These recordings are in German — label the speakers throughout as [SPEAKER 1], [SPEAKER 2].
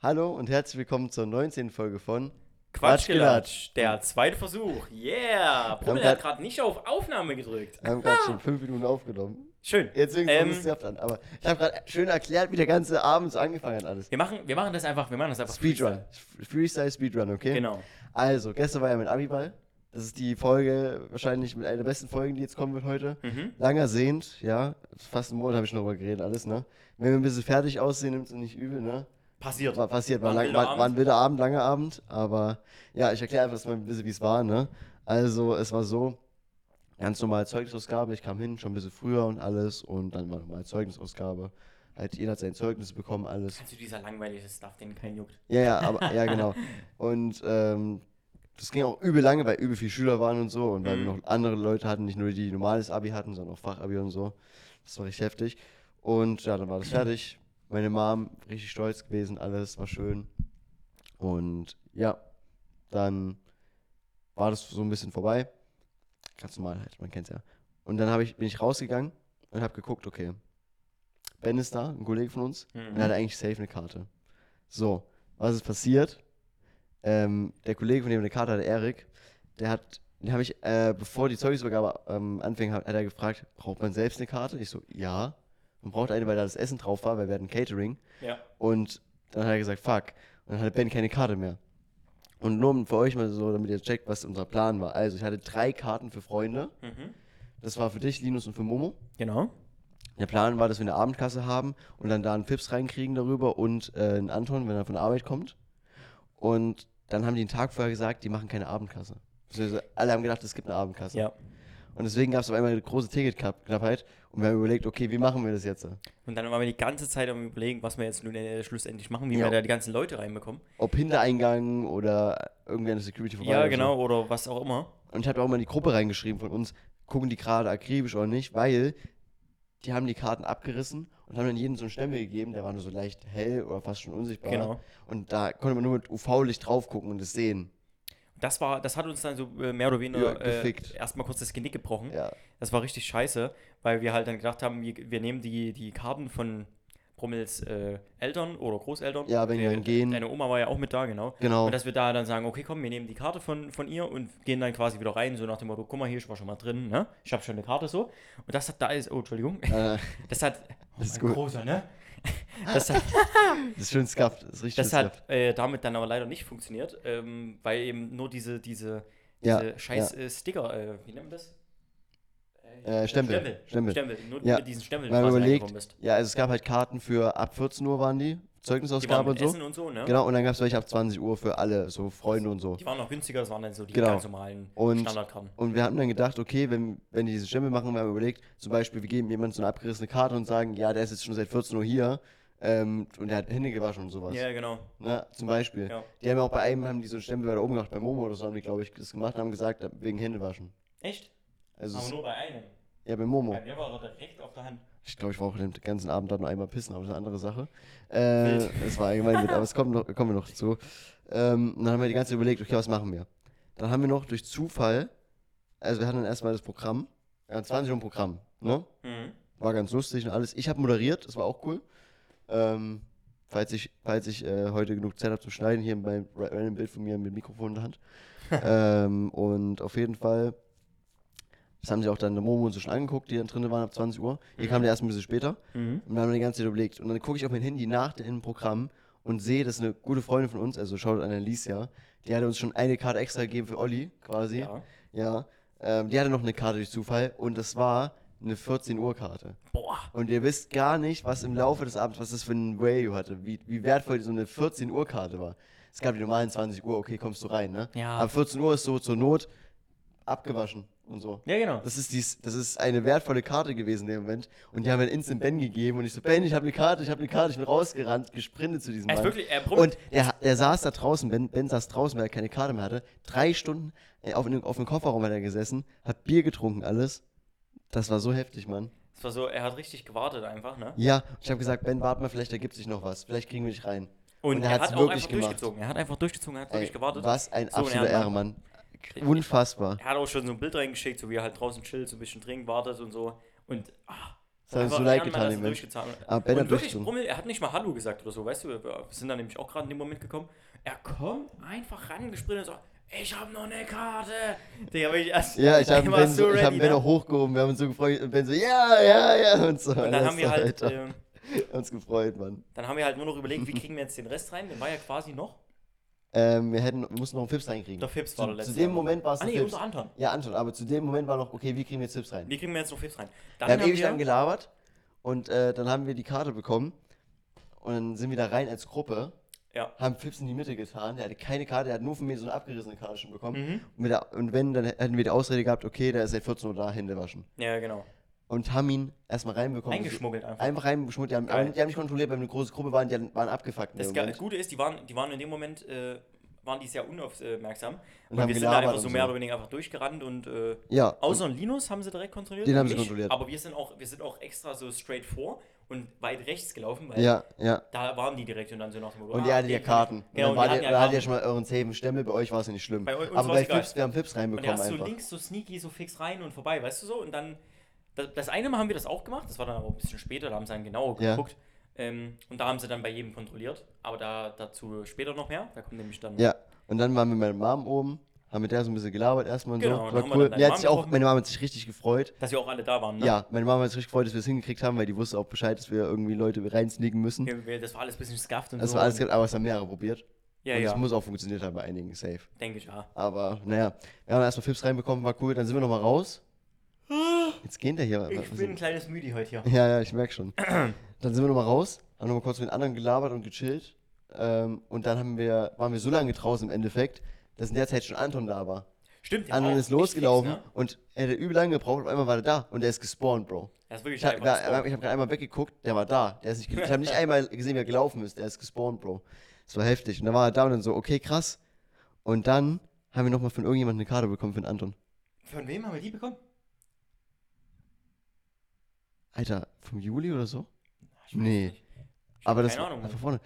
[SPEAKER 1] Hallo und herzlich willkommen zur 19. Folge von
[SPEAKER 2] Quatschgelatsch, der zweite Versuch. Yeah! Pummel
[SPEAKER 1] grad-
[SPEAKER 2] hat gerade nicht auf Aufnahme gedrückt.
[SPEAKER 1] Wir haben gerade schon fünf Minuten aufgenommen.
[SPEAKER 2] Schön.
[SPEAKER 1] Jetzt fängt
[SPEAKER 2] Ähm.
[SPEAKER 1] es ähm, an. Aber ich habe gerade schön erklärt, wie der ganze Abend so angefangen hat alles.
[SPEAKER 2] Wir machen, wir machen das einfach, wir machen das einfach.
[SPEAKER 1] Speedrun. Freestyle Speedrun, okay?
[SPEAKER 2] Genau.
[SPEAKER 1] Also, gestern war ja mit Abiball. Das ist die Folge, wahrscheinlich mit einer der besten Folgen, die jetzt kommen wird heute.
[SPEAKER 2] Mhm.
[SPEAKER 1] Langer sehend, ja. Fast einen Monat habe ich noch drüber geredet, alles, ne? Wenn wir ein bisschen fertig aussehen, nimmt es nicht übel, ne?
[SPEAKER 2] Passiert.
[SPEAKER 1] War passiert, war,
[SPEAKER 2] War
[SPEAKER 1] lang,
[SPEAKER 2] ein wilder
[SPEAKER 1] war, war ein
[SPEAKER 2] Abend.
[SPEAKER 1] wilder Abend, langer Abend, aber ja, ich erkläre einfach das mal ein bisschen, wie es war, ne? Also, es war so, ganz normal Zeugnisausgabe, ich kam hin, schon ein bisschen früher und alles und dann war normal Zeugnisausgabe. Halt, jeder hat sein Zeugnis bekommen, alles.
[SPEAKER 2] Kannst du dieser langweilige Stuff, den kein juckt.
[SPEAKER 1] Ja, ja, aber, ja, genau. Und ähm, das ging auch übel lange, weil übel viele Schüler waren und so und weil wir
[SPEAKER 2] Mhm.
[SPEAKER 1] noch andere Leute hatten, nicht nur die, die normales Abi hatten, sondern auch Fachabi und so. Das war richtig heftig. Und ja, dann war das fertig. Meine Mom richtig stolz gewesen, alles war schön. Und ja, dann war das so ein bisschen vorbei. Ganz normal halt, man kennt's ja. Und dann hab ich, bin ich rausgegangen und habe geguckt, okay, Ben ist da, ein Kollege von uns,
[SPEAKER 2] Mhm.
[SPEAKER 1] und er hatte eigentlich safe eine Karte. So, was ist passiert? Ähm, der Kollege, von dem er eine Karte hatte, Erik, der hat, den habe ich, äh, bevor die Zeugnisübergabe ähm, anfing, hat, hat er gefragt, braucht man selbst eine Karte? Ich so, ja. Man braucht eine, weil da das Essen drauf war, weil wir hatten Catering.
[SPEAKER 2] Ja.
[SPEAKER 1] Und dann hat er gesagt, fuck. Und dann hatte Ben keine Karte mehr. Und nur um für euch mal so, damit ihr checkt, was unser Plan war. Also, ich hatte drei Karten für Freunde.
[SPEAKER 2] Mhm.
[SPEAKER 1] Das war für dich, Linus und für Momo.
[SPEAKER 2] Genau.
[SPEAKER 1] Der Plan war, dass wir eine Abendkasse haben und dann da einen Pips reinkriegen darüber und äh, einen Anton, wenn er von der Arbeit kommt. Und dann haben die einen Tag vorher gesagt, die machen keine Abendkasse. Also alle haben gedacht, es gibt eine Abendkasse.
[SPEAKER 2] Ja.
[SPEAKER 1] Und deswegen gab es auf einmal eine große Ticketknappheit und wir haben überlegt, okay, wie machen wir das jetzt?
[SPEAKER 2] Und dann waren wir die ganze Zeit am überlegen, was wir jetzt nun äh, schlussendlich machen, wie
[SPEAKER 1] Ja.
[SPEAKER 2] wir da die ganzen Leute reinbekommen.
[SPEAKER 1] Ob Hintereingang oder irgendwie an der Security vorbei.
[SPEAKER 2] ja,
[SPEAKER 1] oder
[SPEAKER 2] genau, oder was auch immer.
[SPEAKER 1] So. Und ich habe auch mal in die Gruppe reingeschrieben von uns, gucken die gerade akribisch oder nicht, weil die haben die Karten abgerissen und haben dann jedem so einen Stempel gegeben, der war nur so leicht hell oder fast schon unsichtbar.
[SPEAKER 2] Genau.
[SPEAKER 1] Und da konnte man nur mit UV-Licht drauf gucken und es sehen.
[SPEAKER 2] Das war, das hat uns dann so äh, mehr oder weniger
[SPEAKER 1] Ja,
[SPEAKER 2] äh,
[SPEAKER 1] gefickt.
[SPEAKER 2] erstmal kurz das Genick gebrochen.
[SPEAKER 1] Ja.
[SPEAKER 2] Das war richtig scheiße, weil wir halt dann gedacht haben, wir, wir nehmen die, die Karten von Brummels äh, Eltern oder Großeltern.
[SPEAKER 1] Ja, wenn die
[SPEAKER 2] Äh,
[SPEAKER 1] dann gehen.
[SPEAKER 2] Deine Oma war ja auch mit da, genau.
[SPEAKER 1] Genau.
[SPEAKER 2] Und dass wir da dann sagen, okay, komm, wir nehmen die Karte von, von ihr und gehen dann quasi wieder rein, so nach dem Motto, guck mal hier, ich war schon mal drin, ne? Ich habe schon eine Karte so. Und das hat da alles, oh, Entschuldigung.
[SPEAKER 1] Äh,
[SPEAKER 2] Das hat, oh,
[SPEAKER 1] ist
[SPEAKER 2] mein
[SPEAKER 1] gut.
[SPEAKER 2] großer, ne? Das hat,
[SPEAKER 1] das ist schön skafft. Das ist richtig
[SPEAKER 2] das
[SPEAKER 1] schön skafft.
[SPEAKER 2] hat äh, damit dann aber leider nicht funktioniert, ähm, weil eben nur diese, diese,
[SPEAKER 1] Ja,
[SPEAKER 2] diese scheiß äh, Sticker, äh, wie nennt man das?
[SPEAKER 1] Äh, Stempel.
[SPEAKER 2] Stempel.
[SPEAKER 1] Stempel.
[SPEAKER 2] Nur
[SPEAKER 1] Ja.
[SPEAKER 2] mit diesen Stempel
[SPEAKER 1] Weil man
[SPEAKER 2] quasi
[SPEAKER 1] überlegt,
[SPEAKER 2] reingekommen bist.
[SPEAKER 1] ja, also es gab halt Karten für ab 14 Uhr waren die,
[SPEAKER 2] Die waren
[SPEAKER 1] Zeugnisausgabe
[SPEAKER 2] mit
[SPEAKER 1] und so.
[SPEAKER 2] Essen und so, ne?
[SPEAKER 1] Genau, und dann gab es welche ab 20 Uhr für alle, so Freunde und so.
[SPEAKER 2] Die waren noch günstiger, das waren dann so die
[SPEAKER 1] Genau.
[SPEAKER 2] ganz normalen
[SPEAKER 1] Und-
[SPEAKER 2] Standardkarten.
[SPEAKER 1] Und wir haben dann gedacht, okay, wenn, wenn die diese Stempel machen, wir haben überlegt, zum Beispiel, wir geben jemandem so eine abgerissene Karte und sagen, ja, der ist jetzt schon seit 14 Uhr hier ähm, und der hat Hände gewaschen und sowas.
[SPEAKER 2] Ja, genau.
[SPEAKER 1] Ne, zum Beispiel.
[SPEAKER 2] Ja.
[SPEAKER 1] Die haben ja auch bei einem, haben die so einen Stempel weiter oben gemacht, bei Momo oder so haben die, glaube ich, das gemacht und haben gesagt, wegen Händewaschen.
[SPEAKER 2] Echt?
[SPEAKER 1] Also,
[SPEAKER 2] Aber
[SPEAKER 1] es-
[SPEAKER 2] nur bei einem.
[SPEAKER 1] ja, bei Momo.
[SPEAKER 2] Bei mir war er direkt auf der Hand.
[SPEAKER 1] Ich glaube, ich war auch den ganzen Abend da nur einmal pissen, aber das ist eine andere Sache. Äh,
[SPEAKER 2] Wild.
[SPEAKER 1] es war allgemein wild, aber es kommt noch, kommen wir noch zu. Ähm, dann haben wir die ganze Zeit überlegt, okay, was machen wir? Dann haben wir noch durch Zufall, also wir hatten dann erstmal das Programm, ja, 20 Uhr ein Programm, ne?
[SPEAKER 2] Mhm.
[SPEAKER 1] War ganz lustig und alles. Ich habe moderiert, das war auch cool. Ähm, falls ich, falls ich äh, heute genug Zeit habe zum Schneiden, hier mein ra- random Bild von mir mit Mikrofon in der Hand. ähm, und auf jeden Fall, das haben sie auch dann der Momo und so schon angeguckt, die dann drin waren ab 20 Uhr. Hier kam der erst ein bisschen später.
[SPEAKER 2] Mhm.
[SPEAKER 1] Und dann haben wir die ganze Zeit überlegt. Und dann gucke ich auf mein Handy nach dem Programm und sehe, dass eine gute Freundin von uns, also schaut an Alicia, die hatte uns schon eine Karte extra gegeben für Olli, quasi. Ja.
[SPEAKER 2] Ja.
[SPEAKER 1] Ähm, die hatte noch eine Karte durch Zufall und das war eine 14-Uhr-Karte.
[SPEAKER 2] Boah.
[SPEAKER 1] Und ihr wisst gar nicht, was im Laufe des Abends, was das für ein Value hatte, wie, wie wertvoll so eine 14-Uhr-Karte war. Es gab die normalen 20 Uhr, okay, kommst du rein, ne?
[SPEAKER 2] Ja.
[SPEAKER 1] Aber 14 Uhr ist so zur Not abgewaschen und so.
[SPEAKER 2] Ja, genau.
[SPEAKER 1] Das ist, dies, das ist eine wertvolle Karte gewesen in dem Moment. Und die haben mir einen Instant Ben gegeben. Und ich so, Ben, ich habe eine Karte, ich habe eine Karte. Ich bin rausgerannt, gesprintet zu diesem
[SPEAKER 2] Er ist
[SPEAKER 1] Mann.
[SPEAKER 2] wirklich- er brummt.
[SPEAKER 1] und der, der saß da draußen, ben, ben saß draußen, weil er keine Karte mehr hatte. Drei Stunden äh, auf, dem- auf dem Kofferraum hat er gesessen, hat Bier getrunken, alles. Das war so heftig, Mann.
[SPEAKER 2] Das war so, er hat richtig gewartet einfach, ne?
[SPEAKER 1] Ja, ich habe gesagt, Ben, warte mal, vielleicht ergibt sich noch was. Vielleicht kriegen wir dich rein.
[SPEAKER 2] Und,
[SPEAKER 1] er
[SPEAKER 2] er
[SPEAKER 1] hat's
[SPEAKER 2] hat auch
[SPEAKER 1] wirklich
[SPEAKER 2] einfach
[SPEAKER 1] gemacht.
[SPEAKER 2] durchgezogen. Er hat einfach durchgezogen, er hat
[SPEAKER 1] Ey,
[SPEAKER 2] wirklich gewartet.
[SPEAKER 1] was ein
[SPEAKER 2] So, und er
[SPEAKER 1] absoluter
[SPEAKER 2] hat-
[SPEAKER 1] Ehrenmann. Unfassbar.
[SPEAKER 2] Er hat auch schon so ein Bild reingeschickt, so wie er halt draußen chillt, so ein bisschen trinkt, wartet und so. Und ah,
[SPEAKER 1] Das hat uns
[SPEAKER 2] Einfach
[SPEAKER 1] so leid
[SPEAKER 2] Ehrenmann,
[SPEAKER 1] getan,
[SPEAKER 2] dass
[SPEAKER 1] den
[SPEAKER 2] er
[SPEAKER 1] Menschen.
[SPEAKER 2] durchgezahlt
[SPEAKER 1] Aber Ben
[SPEAKER 2] hat. und
[SPEAKER 1] hat
[SPEAKER 2] wirklich,
[SPEAKER 1] durchgezogen.
[SPEAKER 2] Brummel, er hat nicht mal Hallo gesagt oder so, weißt du, wir wir sind da nämlich auch gerade in dem Moment gekommen. Er kommt einfach rangesprintet und sagt, ich habe noch eine Karte. Digga, bin ich erst,
[SPEAKER 1] Ja, ich habe
[SPEAKER 2] war
[SPEAKER 1] Ben, so, ich hab
[SPEAKER 2] ready,
[SPEAKER 1] Ben
[SPEAKER 2] ne?
[SPEAKER 1] auch hochgehoben, wir haben uns so gefreut und Ben so, ja, ja, ja und so.
[SPEAKER 2] Und dann haben wir halt, ähm,
[SPEAKER 1] uns gefreut, Mann.
[SPEAKER 2] dann haben wir halt nur noch überlegt, wie kriegen wir jetzt den Rest rein? Den war ja quasi noch.
[SPEAKER 1] Ähm, wir hätten, mussten noch einen Fips reinkriegen.
[SPEAKER 2] Der Fips
[SPEAKER 1] zu,
[SPEAKER 2] war der
[SPEAKER 1] zu
[SPEAKER 2] letzte.
[SPEAKER 1] dem Moment war es
[SPEAKER 2] Ah
[SPEAKER 1] ein
[SPEAKER 2] nee,
[SPEAKER 1] Fips.
[SPEAKER 2] unser Anton.
[SPEAKER 1] Ja, Anton, aber zu dem Moment war noch, okay, wie kriegen wir jetzt Fips rein?
[SPEAKER 2] Wie kriegen wir jetzt noch Fips rein? Dann
[SPEAKER 1] Wir haben ewig lang gelabert und äh, dann haben wir die Karte bekommen und dann sind wir da rein als Gruppe,
[SPEAKER 2] Ja.
[SPEAKER 1] haben Fips in die Mitte getan, der hatte keine Karte, der hat nur von mir so eine abgerissene Karte schon
[SPEAKER 2] Mhm.
[SPEAKER 1] bekommen. Und, mit der, und wenn, dann hätten wir die Ausrede gehabt, okay, der ist seit 14 Uhr da, Hände waschen.
[SPEAKER 2] ja, genau.
[SPEAKER 1] Und haben ihn erstmal reinbekommen.
[SPEAKER 2] Eingeschmuggelt einfach.
[SPEAKER 1] Einfach reingeschmuggelt, die haben,
[SPEAKER 2] Geil.
[SPEAKER 1] die haben nicht kontrolliert, weil wir eine große Gruppe waren, die haben- waren abgefuckt. in
[SPEAKER 2] Das
[SPEAKER 1] dem
[SPEAKER 2] Ge-
[SPEAKER 1] Moment.
[SPEAKER 2] Gute ist, die waren, die waren in dem Moment, äh, waren die sehr unaufmerksam. Und,
[SPEAKER 1] haben
[SPEAKER 2] wir sind da
[SPEAKER 1] gelabert
[SPEAKER 2] einfach so
[SPEAKER 1] und
[SPEAKER 2] mehr
[SPEAKER 1] so.
[SPEAKER 2] oder weniger einfach durchgerannt und äh,
[SPEAKER 1] Ja,
[SPEAKER 2] außer und Linus haben sie direkt kontrolliert.
[SPEAKER 1] Den
[SPEAKER 2] und
[SPEAKER 1] haben sie
[SPEAKER 2] mich,
[SPEAKER 1] kontrolliert.
[SPEAKER 2] Aber wir sind auch, wir sind auch extra so straight vor und weit rechts gelaufen, weil
[SPEAKER 1] ja, ja.
[SPEAKER 2] da waren die direkt und dann so nach dem Motto,
[SPEAKER 1] Und
[SPEAKER 2] ah,
[SPEAKER 1] ihr hattet
[SPEAKER 2] den
[SPEAKER 1] ja
[SPEAKER 2] kann ich-
[SPEAKER 1] Karten.
[SPEAKER 2] Genau,
[SPEAKER 1] und dann war
[SPEAKER 2] und wir
[SPEAKER 1] der,
[SPEAKER 2] hatten ja
[SPEAKER 1] da hattet ihr
[SPEAKER 2] Karten.
[SPEAKER 1] schon mal euren safe Stempel, bei euch war es ja nicht schlimm.
[SPEAKER 2] Bei uns
[SPEAKER 1] Aber
[SPEAKER 2] war's
[SPEAKER 1] bei
[SPEAKER 2] egal.
[SPEAKER 1] Pips, wir haben Pips
[SPEAKER 2] Und erst
[SPEAKER 1] reinbekommen
[SPEAKER 2] so
[SPEAKER 1] einfach.
[SPEAKER 2] links, so sneaky, so fix rein und vorbei, weißt du so? Und dann, das, das eine Mal haben wir das auch gemacht, das war dann aber ein bisschen später, da haben sie dann genauer
[SPEAKER 1] Ja.
[SPEAKER 2] geguckt. Ähm, und da haben sie dann bei jedem kontrolliert, aber da, dazu später noch mehr, da kommt nämlich dann
[SPEAKER 1] Ja, und dann waren wir mit meiner Mom oben, haben mit der so ein bisschen gelabert erstmal und
[SPEAKER 2] Genau,
[SPEAKER 1] so.
[SPEAKER 2] dann
[SPEAKER 1] War
[SPEAKER 2] haben wir
[SPEAKER 1] cool.
[SPEAKER 2] dann
[SPEAKER 1] Die
[SPEAKER 2] deine
[SPEAKER 1] hat sich
[SPEAKER 2] Mom
[SPEAKER 1] auch,
[SPEAKER 2] getroffen.
[SPEAKER 1] meine Mom hat sich richtig gefreut.
[SPEAKER 2] Dass wir auch alle da waren, ne?
[SPEAKER 1] Ja, meine Mama hat sich richtig gefreut, dass wir es hingekriegt haben, weil die wusste auch Bescheid, dass wir irgendwie Leute reinsneaken müssen.
[SPEAKER 2] Wir- wir- Das war alles ein bisschen scuffed und
[SPEAKER 1] Das
[SPEAKER 2] so.
[SPEAKER 1] war alles,
[SPEAKER 2] und,
[SPEAKER 1] aber es haben mehrere probiert.
[SPEAKER 2] genau. ja,
[SPEAKER 1] und es
[SPEAKER 2] ja,
[SPEAKER 1] muss auch funktioniert haben bei einigen, safe.
[SPEAKER 2] denke ich, ja.
[SPEAKER 1] Aber naja, wir haben erstmal Pips reinbekommen, war cool, dann sind wir nochmal raus. Jetzt gehen der hier.
[SPEAKER 2] Ich
[SPEAKER 1] was- was-
[SPEAKER 2] bin ein kleines Müdi heute hier.
[SPEAKER 1] Ja, ja, ich merke schon. Dann sind wir nochmal raus, haben nochmal kurz mit den anderen gelabert und gechillt. Ähm, und dann haben wir, waren wir so lange draußen im Endeffekt, dass in der Zeit schon Anton da war.
[SPEAKER 2] Stimmt, der
[SPEAKER 1] Anton
[SPEAKER 2] war
[SPEAKER 1] ist
[SPEAKER 2] auch echt
[SPEAKER 1] losgelaufen
[SPEAKER 2] fix, ne?
[SPEAKER 1] und er hätte übel lange gebraucht, auf einmal war er da und er ist gespawnt, Bro.
[SPEAKER 2] Er ist wirklich
[SPEAKER 1] Ich habe
[SPEAKER 2] einfach gestorben.
[SPEAKER 1] hab gerade einmal weggeguckt, der war da. Der ist nicht, ge- ich habe nicht einmal gesehen, wie er gelaufen ist, der ist gespawnt, Bro. Das war heftig. Und dann war er da und dann so, okay, krass. Und dann haben wir nochmal von irgendjemandem eine Karte bekommen für den Anton.
[SPEAKER 2] Von wem haben wir die bekommen? Ah,
[SPEAKER 1] Alter, vom Juli oder so?
[SPEAKER 2] Ich weiß
[SPEAKER 1] Nee.
[SPEAKER 2] nicht. Ich hab
[SPEAKER 1] Aber das
[SPEAKER 2] keine
[SPEAKER 1] war
[SPEAKER 2] Ahnung.
[SPEAKER 1] einfach
[SPEAKER 2] Mann.
[SPEAKER 1] vorne.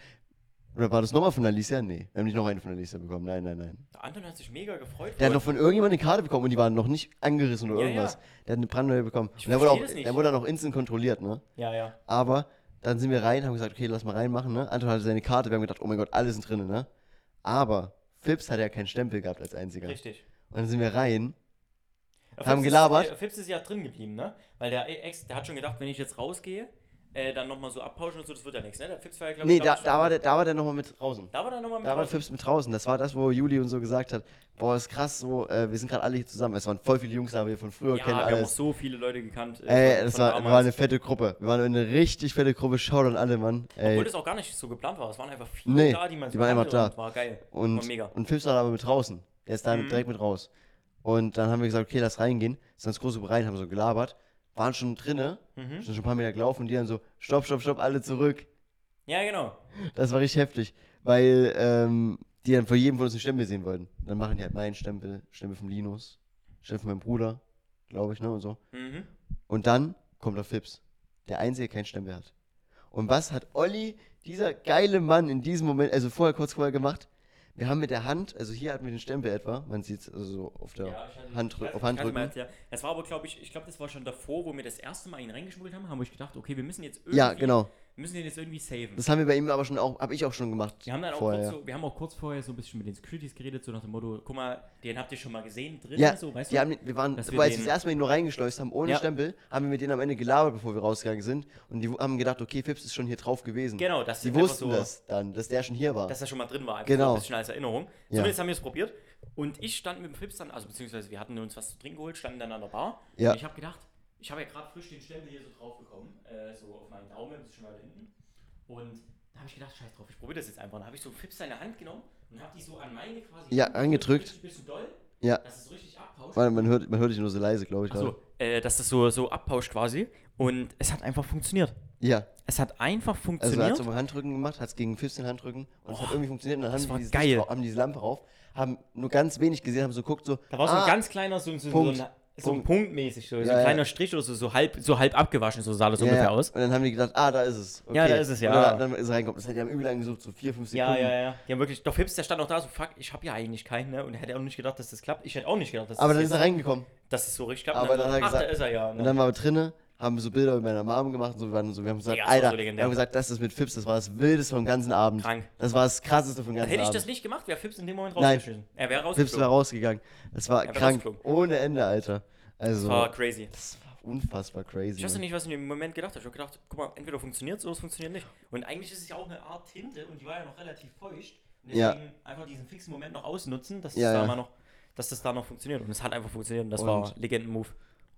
[SPEAKER 1] Oder war das nochmal von Alicia? Nee, wir haben nicht noch eine von Alicia bekommen. Nein, nein, nein.
[SPEAKER 2] Der Anton hat sich mega gefreut.
[SPEAKER 1] Der hat
[SPEAKER 2] voll.
[SPEAKER 1] noch von irgendjemandem eine Karte bekommen und die waren noch nicht angerissen oder
[SPEAKER 2] Ja,
[SPEAKER 1] irgendwas.
[SPEAKER 2] ja.
[SPEAKER 1] Der hat eine brandneue bekommen.
[SPEAKER 2] Ich
[SPEAKER 1] Und der wurde, auch,
[SPEAKER 2] versteh das nicht.
[SPEAKER 1] der wurde dann auch instant kontrolliert, ne?
[SPEAKER 2] ja, ja.
[SPEAKER 1] Aber dann sind wir rein, haben gesagt, okay, lass mal reinmachen, ne? Anton hatte seine Karte, wir haben gedacht, oh mein Gott, alle sind drin, ne? Aber Phipps hat ja keinen Stempel gehabt als einziger.
[SPEAKER 2] Richtig.
[SPEAKER 1] Und dann sind wir rein.
[SPEAKER 2] Ja,
[SPEAKER 1] Haben
[SPEAKER 2] Fips
[SPEAKER 1] gelabert.
[SPEAKER 2] Ist, äh, Fips ist ja drin geblieben, ne? Weil der Ex, der hat schon gedacht, wenn ich jetzt rausgehe, äh, dann nochmal so abpauschen und so, das wird ja nichts, ne? Der Fips war ja, glaube
[SPEAKER 1] Nee, da, da, war der, da war der nochmal mit draußen.
[SPEAKER 2] Da war der nochmal mit
[SPEAKER 1] Da war
[SPEAKER 2] draußen.
[SPEAKER 1] Phipps mit draußen. Das war das, wo Juli und so gesagt hat, boah, ist krass, so, äh, wir sind gerade alle hier zusammen. Es waren voll viele Jungs da, wir von früher
[SPEAKER 2] Ja,
[SPEAKER 1] kennen
[SPEAKER 2] wir haben auch
[SPEAKER 1] alles.
[SPEAKER 2] so viele Leute gekannt. äh,
[SPEAKER 1] Ey,
[SPEAKER 2] von-
[SPEAKER 1] das
[SPEAKER 2] von
[SPEAKER 1] war, wir
[SPEAKER 2] damals.
[SPEAKER 1] waren eine fette Gruppe. Wir waren eine richtig fette Gruppe. Schaut an alle, Mann.
[SPEAKER 2] Obwohl
[SPEAKER 1] Ey.
[SPEAKER 2] das auch gar nicht so geplant war. Es waren einfach viele
[SPEAKER 1] Nee,
[SPEAKER 2] da, die man
[SPEAKER 1] die waren einfach
[SPEAKER 2] kannte
[SPEAKER 1] da.
[SPEAKER 2] und War geil. war
[SPEAKER 1] Und,
[SPEAKER 2] Oh, mega.
[SPEAKER 1] und Phipps war aber mit draußen. Der ist da direkt mit raus. Und dann haben wir gesagt, okay, lass reingehen. Sind ins große Bereich, haben so gelabert. Waren schon drinne, sind schon ein paar Meter gelaufen und die dann so, stopp, stopp, stopp, alle zurück.
[SPEAKER 2] Ja, genau.
[SPEAKER 1] Das war richtig heftig, weil ähm, die dann vor jedem von uns einen Stempel sehen wollten. Dann machen die halt meinen Stempel, Stempel von Linus, Stempel von meinem Bruder, glaube ich, ne, und so.
[SPEAKER 2] Mhm.
[SPEAKER 1] Und dann kommt der Fips, der einzige, der keinen Stempel hat. Und was hat Olli, dieser geile Mann, in diesem Moment, also vorher, kurz vorher gemacht? Wir haben mit der Hand, also hier hatten wir den Stempel etwa, man sieht es also so auf der
[SPEAKER 2] Ja, ich hatte-
[SPEAKER 1] Hand,
[SPEAKER 2] ich weiß-
[SPEAKER 1] drück- auf
[SPEAKER 2] ich kannte mal
[SPEAKER 1] Handrücken.
[SPEAKER 2] jetzt, ja. Das war aber, glaube ich, ich glaube, das war schon davor, wo wir das erste Mal ihn reingeschmuggelt haben, haben wir gedacht, okay, wir müssen jetzt irgendwie,
[SPEAKER 1] Ja, genau.
[SPEAKER 2] wir müssen den jetzt irgendwie saven.
[SPEAKER 1] Das haben wir bei ihm aber schon auch, habe ich auch schon gemacht.
[SPEAKER 2] Wir haben dann auch
[SPEAKER 1] vorher.
[SPEAKER 2] kurz so, wir haben auch kurz vorher so ein bisschen mit den Securities geredet, so nach dem Motto, guck mal, den habt ihr schon mal gesehen drin,
[SPEAKER 1] Ja,
[SPEAKER 2] so, weißt
[SPEAKER 1] die
[SPEAKER 2] du?
[SPEAKER 1] haben, wir waren,
[SPEAKER 2] dass
[SPEAKER 1] als
[SPEAKER 2] wir
[SPEAKER 1] wir als
[SPEAKER 2] den-
[SPEAKER 1] das erste Mal ihn nur reingeschleust haben, ohne
[SPEAKER 2] Ja.
[SPEAKER 1] Stempel, haben wir mit denen am Ende gelabert, bevor wir rausgegangen sind. Und die haben gedacht, okay, Fips ist schon hier drauf gewesen.
[SPEAKER 2] Genau, dass
[SPEAKER 1] die
[SPEAKER 2] die einfach
[SPEAKER 1] wussten
[SPEAKER 2] so-
[SPEAKER 1] das dann, dass der schon hier war.
[SPEAKER 2] dass er schon mal drin war, einfach
[SPEAKER 1] Genau.
[SPEAKER 2] so ein bisschen als Erinnerung.
[SPEAKER 1] Ja.
[SPEAKER 2] Zumindest haben wir es probiert. Und ich stand mit dem Fips dann, also beziehungsweise wir hatten uns was zu trinken geholt, standen dann an der Bar.
[SPEAKER 1] Ja.
[SPEAKER 2] Und ich habe gedacht, ich habe ja gerade frisch den Stempel hier so drauf bekommen, äh, so auf meinen Daumen, ein bisschen weiter hinten. Und da habe ich gedacht, scheiß drauf, ich probiere das jetzt einfach. Und da habe ich so Fips seine Hand genommen und habe die so an meine quasi.
[SPEAKER 1] Ja,
[SPEAKER 2] Hand
[SPEAKER 1] angedrückt.
[SPEAKER 2] Richtig bisschen doll,
[SPEAKER 1] ja,
[SPEAKER 2] dass es richtig abtauscht.
[SPEAKER 1] Warte, man hört, man hört dich nur so leise, glaube ich.
[SPEAKER 2] Achso,
[SPEAKER 1] gerade.
[SPEAKER 2] äh, dass das so, so abpauscht quasi. Und es hat einfach funktioniert.
[SPEAKER 1] Ja,
[SPEAKER 2] Es hat einfach
[SPEAKER 1] also er hat
[SPEAKER 2] funktioniert.
[SPEAKER 1] es Handrücken gemacht, hat es gegen Fips den Handrücken und es hat irgendwie funktioniert. Und dann
[SPEAKER 2] das
[SPEAKER 1] haben
[SPEAKER 2] war
[SPEAKER 1] die, dieses
[SPEAKER 2] geil.
[SPEAKER 1] Licht, haben diese Lampe rauf, haben nur ganz wenig gesehen, haben so geguckt, so.
[SPEAKER 2] da war so
[SPEAKER 1] ah,
[SPEAKER 2] ein ganz kleiner, so, so,
[SPEAKER 1] Punkt.
[SPEAKER 2] so ein so
[SPEAKER 1] Punkt.
[SPEAKER 2] ein punktmäßig, so, so
[SPEAKER 1] Ja, ja.
[SPEAKER 2] ein kleiner Strich oder so, so halb, so halb abgewaschen, so sah das
[SPEAKER 1] ja,
[SPEAKER 2] ungefähr
[SPEAKER 1] ja.
[SPEAKER 2] aus.
[SPEAKER 1] Und dann haben die gedacht, ah, da ist es.
[SPEAKER 2] Ja, da ist es, ja.
[SPEAKER 1] Und dann, dann ist er reingekommen. Das hat die haben übel lang gesucht, so vier, fünf Sekunden.
[SPEAKER 2] Ja, ja, ja. Die haben wirklich, doch Hips, der stand auch da, so fuck, ich habe ja eigentlich keinen, ne? Und er hätte auch nicht gedacht, dass das klappt. Ich hätte auch nicht gedacht, dass,
[SPEAKER 1] Aber dann ist
[SPEAKER 2] das, jetzt,
[SPEAKER 1] er reingekommen.
[SPEAKER 2] dass das so richtig klappt.
[SPEAKER 1] aber
[SPEAKER 2] Und
[SPEAKER 1] dann hat er
[SPEAKER 2] ach, da
[SPEAKER 1] gesagt-
[SPEAKER 2] ist er ja. ne.
[SPEAKER 1] Und dann war er drinne, haben so Bilder mit meiner Mom gemacht und so, wir, waren so, wir haben gesagt,
[SPEAKER 2] Digga, das war so
[SPEAKER 1] Alter, wir
[SPEAKER 2] legendär.
[SPEAKER 1] haben gesagt, das ist mit Fips, das war das Wildeste vom ganzen Abend.
[SPEAKER 2] Krank.
[SPEAKER 1] Das war das Krasseste vom ganzen
[SPEAKER 2] Hätte ich
[SPEAKER 1] Abend.
[SPEAKER 2] das nicht gemacht, wäre Fips in dem Moment
[SPEAKER 1] Nein.
[SPEAKER 2] rausgeschmissen. Er wäre
[SPEAKER 1] Fips war
[SPEAKER 2] rausgeflogen.
[SPEAKER 1] rausgegangen. Das war
[SPEAKER 2] Ja,
[SPEAKER 1] krank,
[SPEAKER 2] rausgeflogen.
[SPEAKER 1] ohne Ende, Alter. Also,
[SPEAKER 2] Das war crazy.
[SPEAKER 1] das war unfassbar crazy.
[SPEAKER 2] Ich weiß
[SPEAKER 1] Mann.
[SPEAKER 2] nicht, was ich in dem Moment gedacht habe. Ich habe gedacht, guck mal, entweder funktioniert es oder es funktioniert nicht. Und eigentlich ist es ja auch eine Art Tinte und die war ja noch relativ feucht. Und deswegen
[SPEAKER 1] Ja.
[SPEAKER 2] einfach diesen fixen Moment noch ausnutzen, dass,
[SPEAKER 1] Ja,
[SPEAKER 2] das da
[SPEAKER 1] ja.
[SPEAKER 2] mal noch, dass das da noch funktioniert. Und es hat einfach funktioniert und das
[SPEAKER 1] Und-
[SPEAKER 2] war Legenden-Move.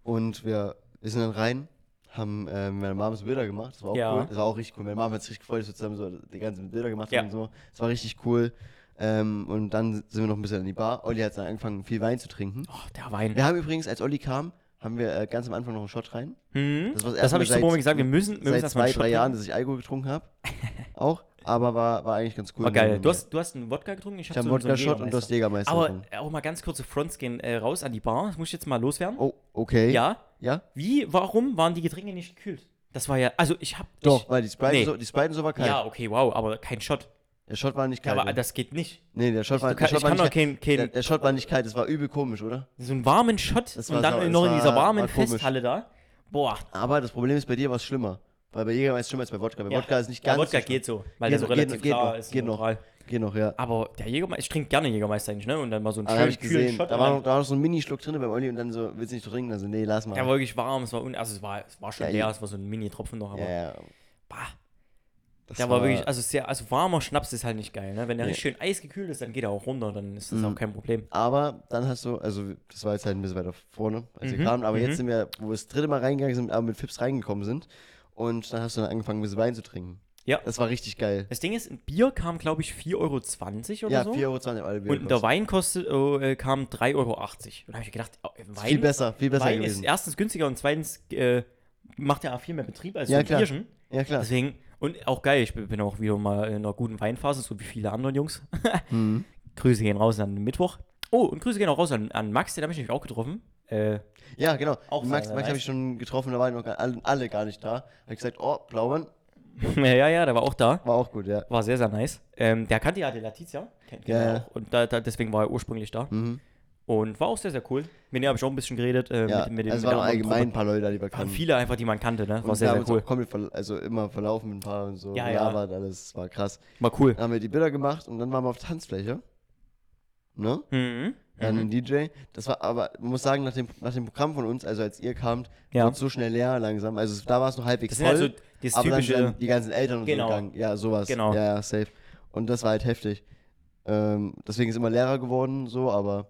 [SPEAKER 1] Und wir, wir sind dann rein, haben äh, mit meiner Mom so Bilder gemacht. Das war auch
[SPEAKER 2] Ja.
[SPEAKER 1] cool. Das war auch richtig cool. Meine Mom hat sich richtig gefreut, dass wir zusammen so die ganzen Bilder gemacht
[SPEAKER 2] Ja.
[SPEAKER 1] haben und so. Das war richtig cool. Ähm, und dann sind wir noch ein bisschen in die Bar. Olli hat dann angefangen, viel Wein zu trinken.
[SPEAKER 2] Oh, der Wein.
[SPEAKER 1] Wir haben übrigens, als Olli kam, haben wir äh, ganz am Anfang noch einen Shot rein.
[SPEAKER 2] Hm?
[SPEAKER 1] Das
[SPEAKER 2] Das,
[SPEAKER 1] war das erste
[SPEAKER 2] habe ich
[SPEAKER 1] Mal
[SPEAKER 2] zu
[SPEAKER 1] seit-
[SPEAKER 2] Bomi gesagt, wir müssen, wir müssen
[SPEAKER 1] Seit zwei,
[SPEAKER 2] erstmal einen Shot
[SPEAKER 1] drei Jahren,
[SPEAKER 2] trinken.
[SPEAKER 1] dass ich Alkohol getrunken habe. auch. Aber war, war eigentlich ganz cool.
[SPEAKER 2] War geil. Du
[SPEAKER 1] Ich
[SPEAKER 2] hast, du hast einen Wodka getrunken, ich, hab
[SPEAKER 1] habe einen
[SPEAKER 2] so einen- so einen
[SPEAKER 1] Wodka-Shot und du hast Jägermeister.
[SPEAKER 2] Aber
[SPEAKER 1] getrunken.
[SPEAKER 2] äh, auch mal ganz kurze Fronts gehen äh, raus an die Bar. Das muss ich jetzt mal loswerden.
[SPEAKER 1] Oh, okay.
[SPEAKER 2] Ja.
[SPEAKER 1] Ja?
[SPEAKER 2] Wie, warum waren die Getränke nicht gekühlt? Das war ja, also ich habe.
[SPEAKER 1] Doch, weil die Sprite,
[SPEAKER 2] Nee.
[SPEAKER 1] so, die Sprite und so war kalt.
[SPEAKER 2] Ja, okay, wow, aber kein Shot.
[SPEAKER 1] Der Shot war nicht
[SPEAKER 2] Ja,
[SPEAKER 1] kalt.
[SPEAKER 2] aber
[SPEAKER 1] ja.
[SPEAKER 2] das geht nicht.
[SPEAKER 1] Nee, der Shot war,
[SPEAKER 2] Du kann,
[SPEAKER 1] der
[SPEAKER 2] ich
[SPEAKER 1] Shot war
[SPEAKER 2] kann
[SPEAKER 1] nicht kalt.
[SPEAKER 2] doch keinen, kein,
[SPEAKER 1] Der, der Shot war nicht kalt, das war übel komisch, oder?
[SPEAKER 2] so einen warmen Shot
[SPEAKER 1] Das
[SPEAKER 2] und
[SPEAKER 1] war
[SPEAKER 2] dann
[SPEAKER 1] sau-
[SPEAKER 2] noch in
[SPEAKER 1] es
[SPEAKER 2] dieser
[SPEAKER 1] war- war
[SPEAKER 2] warmen
[SPEAKER 1] komisch.
[SPEAKER 2] Festhalle da. Boah,
[SPEAKER 1] Aber das Problem ist, bei dir war es schlimmer. Weil bei Jäger war es schlimmer als bei Wodka. Bei
[SPEAKER 2] Ja.
[SPEAKER 1] Wodka ist nicht
[SPEAKER 2] der
[SPEAKER 1] ganz.
[SPEAKER 2] Wodka
[SPEAKER 1] so schlimm.
[SPEAKER 2] geht so, weil
[SPEAKER 1] Geht
[SPEAKER 2] der so
[SPEAKER 1] noch, geht
[SPEAKER 2] relativ
[SPEAKER 1] noch, geht
[SPEAKER 2] klar
[SPEAKER 1] noch,
[SPEAKER 2] ist.
[SPEAKER 1] geht noch.
[SPEAKER 2] neutral.
[SPEAKER 1] Geht noch, ja.
[SPEAKER 2] Aber der Jägermeister, ich trinke gerne Jägermeister eigentlich, ne? Und dann mal so einen
[SPEAKER 1] Aber da habe
[SPEAKER 2] schönen
[SPEAKER 1] ich
[SPEAKER 2] kühlen
[SPEAKER 1] gesehen.
[SPEAKER 2] Shot.
[SPEAKER 1] Da
[SPEAKER 2] und
[SPEAKER 1] war,
[SPEAKER 2] dann-
[SPEAKER 1] noch, da war noch so ein Mini-Schluck drin beim Olli und dann so, willst du nicht trinken? Also, nee, lass mal.
[SPEAKER 2] der war wirklich warm, es war un also es war, es war schon
[SPEAKER 1] Ja,
[SPEAKER 2] leer,
[SPEAKER 1] je-
[SPEAKER 2] es war so ein Mini-Tropfen noch, aber
[SPEAKER 1] ja, ja.
[SPEAKER 2] bah,
[SPEAKER 1] Das
[SPEAKER 2] der war, wirklich, also sehr, also warmer Schnaps ist halt nicht geil, ne? Wenn der
[SPEAKER 1] Nee. Mhm.
[SPEAKER 2] richtig schön eisgekühlt ist, dann geht er auch runter, dann ist das auch kein Problem.
[SPEAKER 1] Aber dann hast du, also das war jetzt halt ein bisschen weiter vorne, als wir
[SPEAKER 2] Mhm,
[SPEAKER 1] kamen, aber
[SPEAKER 2] mhm.
[SPEAKER 1] jetzt sind wir, wo wir das dritte Mal reingegangen sind, aber mit Fips reingekommen sind und dann hast du dann angefangen, ein bisschen Wein zu trinken.
[SPEAKER 2] Ja.
[SPEAKER 1] Das war richtig geil.
[SPEAKER 2] Das Ding ist, ein Bier kam, glaube ich, 4,20 Euro oder
[SPEAKER 1] Ja,
[SPEAKER 2] so.
[SPEAKER 1] 4,20 Euro. alle Bier
[SPEAKER 2] Und der
[SPEAKER 1] gekostet.
[SPEAKER 2] Wein kostet, oh, äh, kam 3,80 Euro. Und da habe ich gedacht, oh, Wein,
[SPEAKER 1] Viel besser, viel besser
[SPEAKER 2] Wein ist
[SPEAKER 1] gewesen.
[SPEAKER 2] erstens günstiger und zweitens äh, macht ja auch viel mehr Betrieb als
[SPEAKER 1] Ja,
[SPEAKER 2] so ein
[SPEAKER 1] klar.
[SPEAKER 2] Bierchen.
[SPEAKER 1] ja, klar.
[SPEAKER 2] Deswegen, und auch geil, ich bin bin auch wieder mal in einer guten Weinphase, so wie viele anderen Jungs.
[SPEAKER 1] Mhm.
[SPEAKER 2] Grüße gehen raus an Mittwoch. Oh, und Grüße gehen auch raus an, an Max, den habe ich nämlich auch getroffen. Äh,
[SPEAKER 1] Ja, genau.
[SPEAKER 2] Auch
[SPEAKER 1] Max,
[SPEAKER 2] sehr
[SPEAKER 1] Max habe
[SPEAKER 2] nice.
[SPEAKER 1] ich schon getroffen, da waren noch gar- alle, alle gar nicht da. Habe ich gesagt, oh, Blaumann,
[SPEAKER 2] ja, ja, der war auch da.
[SPEAKER 1] war auch gut, ja.
[SPEAKER 2] War sehr, sehr nice. Ähm, der kannte ja die Letizia. Kennt
[SPEAKER 1] Ja,
[SPEAKER 2] ja,
[SPEAKER 1] ja.
[SPEAKER 2] auch. Und da, da, deswegen war er ursprünglich da.
[SPEAKER 1] Mhm.
[SPEAKER 2] Und war auch sehr, sehr cool. Mit dem habe ich auch ein bisschen geredet. Äh,
[SPEAKER 1] ja.
[SPEAKER 2] mit, mit, den-
[SPEAKER 1] also
[SPEAKER 2] mit der
[SPEAKER 1] waren auch
[SPEAKER 2] anderen
[SPEAKER 1] allgemein
[SPEAKER 2] Truppe.
[SPEAKER 1] ein paar Leute da, die wir
[SPEAKER 2] waren
[SPEAKER 1] kannten.
[SPEAKER 2] viele einfach, die man kannte, ne? War
[SPEAKER 1] Und wir
[SPEAKER 2] sehr,
[SPEAKER 1] haben
[SPEAKER 2] sehr
[SPEAKER 1] uns
[SPEAKER 2] cool.
[SPEAKER 1] auch komplett verla- also immer verlaufen mit ein paar und so.
[SPEAKER 2] Ja, ja.
[SPEAKER 1] gelabert, alles war krass.
[SPEAKER 2] War cool.
[SPEAKER 1] Dann haben wir die Bilder gemacht und dann waren wir auf der Tanzfläche. Ne?
[SPEAKER 2] Mhm.
[SPEAKER 1] Dann den DJ. Das war aber, man muss sagen, nach dem, nach dem Programm von uns, also als ihr kamt,
[SPEAKER 2] Ja.
[SPEAKER 1] ja. so schnell leer langsam. Also es- da war es noch halbwegs
[SPEAKER 2] Das
[SPEAKER 1] voll.
[SPEAKER 2] sind also das
[SPEAKER 1] aber dann
[SPEAKER 2] typische.
[SPEAKER 1] sind die ganzen Eltern und
[SPEAKER 2] Genau.
[SPEAKER 1] so gegangen. Ja, sowas.
[SPEAKER 2] Genau.
[SPEAKER 1] Ja, ja, safe. Und das war halt heftig. Ähm, deswegen ist immer leerer geworden, so, aber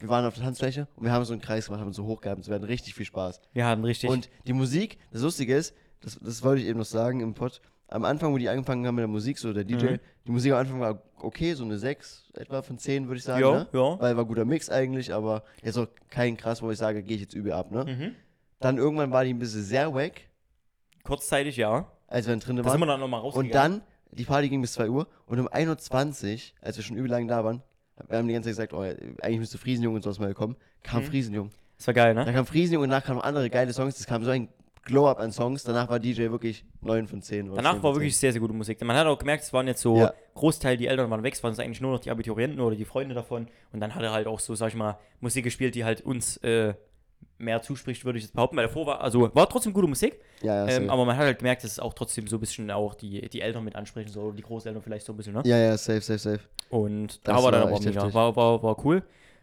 [SPEAKER 1] wir waren auf der Tanzfläche und wir haben so einen Kreis gemacht, haben uns so hochgehabt. Es werden richtig viel Spaß.
[SPEAKER 2] wir hatten richtig.
[SPEAKER 1] Und die Musik, das Lustige ist, das, das wollte ich eben noch sagen im Pod, am Anfang, wo die angefangen haben mit der Musik, so der DJ,
[SPEAKER 2] Mhm.
[SPEAKER 1] die Musik am Anfang war okay, so eine 6 etwa von 10, würde ich sagen.
[SPEAKER 2] Ja,
[SPEAKER 1] ne?
[SPEAKER 2] ja.
[SPEAKER 1] Weil war guter Mix eigentlich, aber jetzt auch kein krass, wo ich sage, gehe ich jetzt übel ab, ne?
[SPEAKER 2] mhm.
[SPEAKER 1] Dann irgendwann war die ein bisschen sehr wack,
[SPEAKER 2] Kurzzeitig, ja.
[SPEAKER 1] als wir dann drin
[SPEAKER 2] Da sind wir
[SPEAKER 1] waren.
[SPEAKER 2] dann nochmal rausgegangen.
[SPEAKER 1] Und dann, die Party ging bis 2 Uhr und um 1.20 Uhr, als wir schon übel lang da waren, wir haben die ganze Zeit gesagt, oh, eigentlich müsste Friesenjung und sowas mal kommen, kam
[SPEAKER 2] Mhm.
[SPEAKER 1] Friesenjung.
[SPEAKER 2] Das war geil, ne?
[SPEAKER 1] Da kam Friesenjung und danach kamen andere geile Songs. Das kam so ein Glow-Up an Songs. Danach war DJ wirklich 9 von 10. oder 10
[SPEAKER 2] Danach
[SPEAKER 1] von
[SPEAKER 2] war
[SPEAKER 1] 10.
[SPEAKER 2] wirklich sehr, sehr gute Musik. Man hat auch gemerkt, es waren jetzt so,
[SPEAKER 1] Ja.
[SPEAKER 2] Großteil, die Eltern waren weg, es waren jetzt eigentlich nur noch die Abiturienten oder die Freunde davon. Und dann hat er halt auch so, sag ich mal, Musik gespielt, die halt uns äh, mehr zuspricht, würde ich jetzt behaupten. Weil davor war, also war trotzdem gute Musik,
[SPEAKER 1] Ja, ja,
[SPEAKER 2] ähm,
[SPEAKER 1] safe.
[SPEAKER 2] aber man hat halt gemerkt, dass es auch trotzdem so ein bisschen auch die, die Eltern mit ansprechen soll, oder die Großeltern vielleicht so ein bisschen, ne?
[SPEAKER 1] ja, ja, safe, safe, safe.
[SPEAKER 2] Und da
[SPEAKER 1] Das
[SPEAKER 2] war dann
[SPEAKER 1] war
[SPEAKER 2] aber
[SPEAKER 1] echt
[SPEAKER 2] mega.
[SPEAKER 1] heftig.
[SPEAKER 2] War, war, war cool.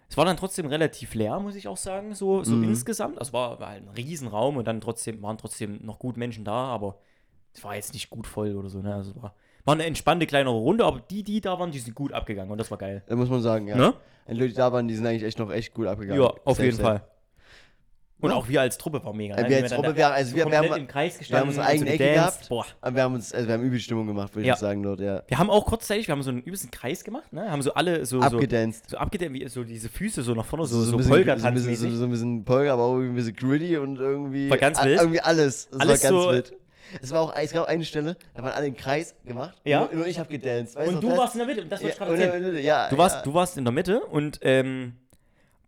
[SPEAKER 2] Es war dann trotzdem relativ leer, muss ich auch sagen, so,
[SPEAKER 1] Mhm.
[SPEAKER 2] so insgesamt. Also war, war ein Riesenraum und dann trotzdem waren trotzdem noch gut Menschen da, aber es war jetzt nicht gut voll oder so. Ne? Also war, war eine entspannte kleinere Runde, aber die, die da waren, die sind gut abgegangen und das war geil.
[SPEAKER 1] Da muss man sagen, ja.
[SPEAKER 2] Ne?
[SPEAKER 1] Die Leute, die da waren, die sind eigentlich echt noch echt gut
[SPEAKER 2] Ja,
[SPEAKER 1] abgegangen.
[SPEAKER 2] auf
[SPEAKER 1] Safe,
[SPEAKER 2] jeden
[SPEAKER 1] safe.
[SPEAKER 2] Fall. Und
[SPEAKER 1] Ja.
[SPEAKER 2] auch wir als Truppe waren mega.
[SPEAKER 1] Ja,
[SPEAKER 2] ne?
[SPEAKER 1] wir
[SPEAKER 2] Wie
[SPEAKER 1] als
[SPEAKER 2] dann
[SPEAKER 1] Truppe,
[SPEAKER 2] da
[SPEAKER 1] wir, also wir, wir,
[SPEAKER 2] komplett
[SPEAKER 1] haben,
[SPEAKER 2] im Kreis
[SPEAKER 1] wir haben
[SPEAKER 2] gestanden.
[SPEAKER 1] unsere
[SPEAKER 2] und so
[SPEAKER 1] eigene Ecke
[SPEAKER 2] gedanced.
[SPEAKER 1] gehabt.
[SPEAKER 2] Boah.
[SPEAKER 1] Aber wir haben uns, also wir haben übel Stimmung gemacht, würde
[SPEAKER 2] Ja.
[SPEAKER 1] ich sagen, dort, ja.
[SPEAKER 2] Wir haben auch kurzzeitig, wir haben so einen übelsten Kreis gemacht, ne? haben so alle so, so,
[SPEAKER 1] Abgedanced.
[SPEAKER 2] so abgedämmt, wie so diese Füße so nach vorne, so,
[SPEAKER 1] So, so,
[SPEAKER 2] so,
[SPEAKER 1] ein
[SPEAKER 2] so
[SPEAKER 1] bisschen, so, ein bisschen,
[SPEAKER 2] Polka-Tanzmäßig.
[SPEAKER 1] so, so ein bisschen Polka, aber auch irgendwie ein bisschen gritty und irgendwie.
[SPEAKER 2] War ganz
[SPEAKER 1] a-
[SPEAKER 2] wild.
[SPEAKER 1] Irgendwie alles. Es
[SPEAKER 2] Alles
[SPEAKER 1] war ganz
[SPEAKER 2] so-
[SPEAKER 1] wild. Es war auch, es gab auch eine Stelle, da waren alle im Kreis gemacht.
[SPEAKER 2] Ja.
[SPEAKER 1] Nur, nur ich habe gedanced. weißt
[SPEAKER 2] Und
[SPEAKER 1] noch
[SPEAKER 2] du
[SPEAKER 1] das?
[SPEAKER 2] warst in der Mitte, und das wollte ich
[SPEAKER 1] Ja,
[SPEAKER 2] gerade erzählen.
[SPEAKER 1] und- ja,
[SPEAKER 2] Du warst,
[SPEAKER 1] ja.
[SPEAKER 2] du warst in der Mitte und ähm,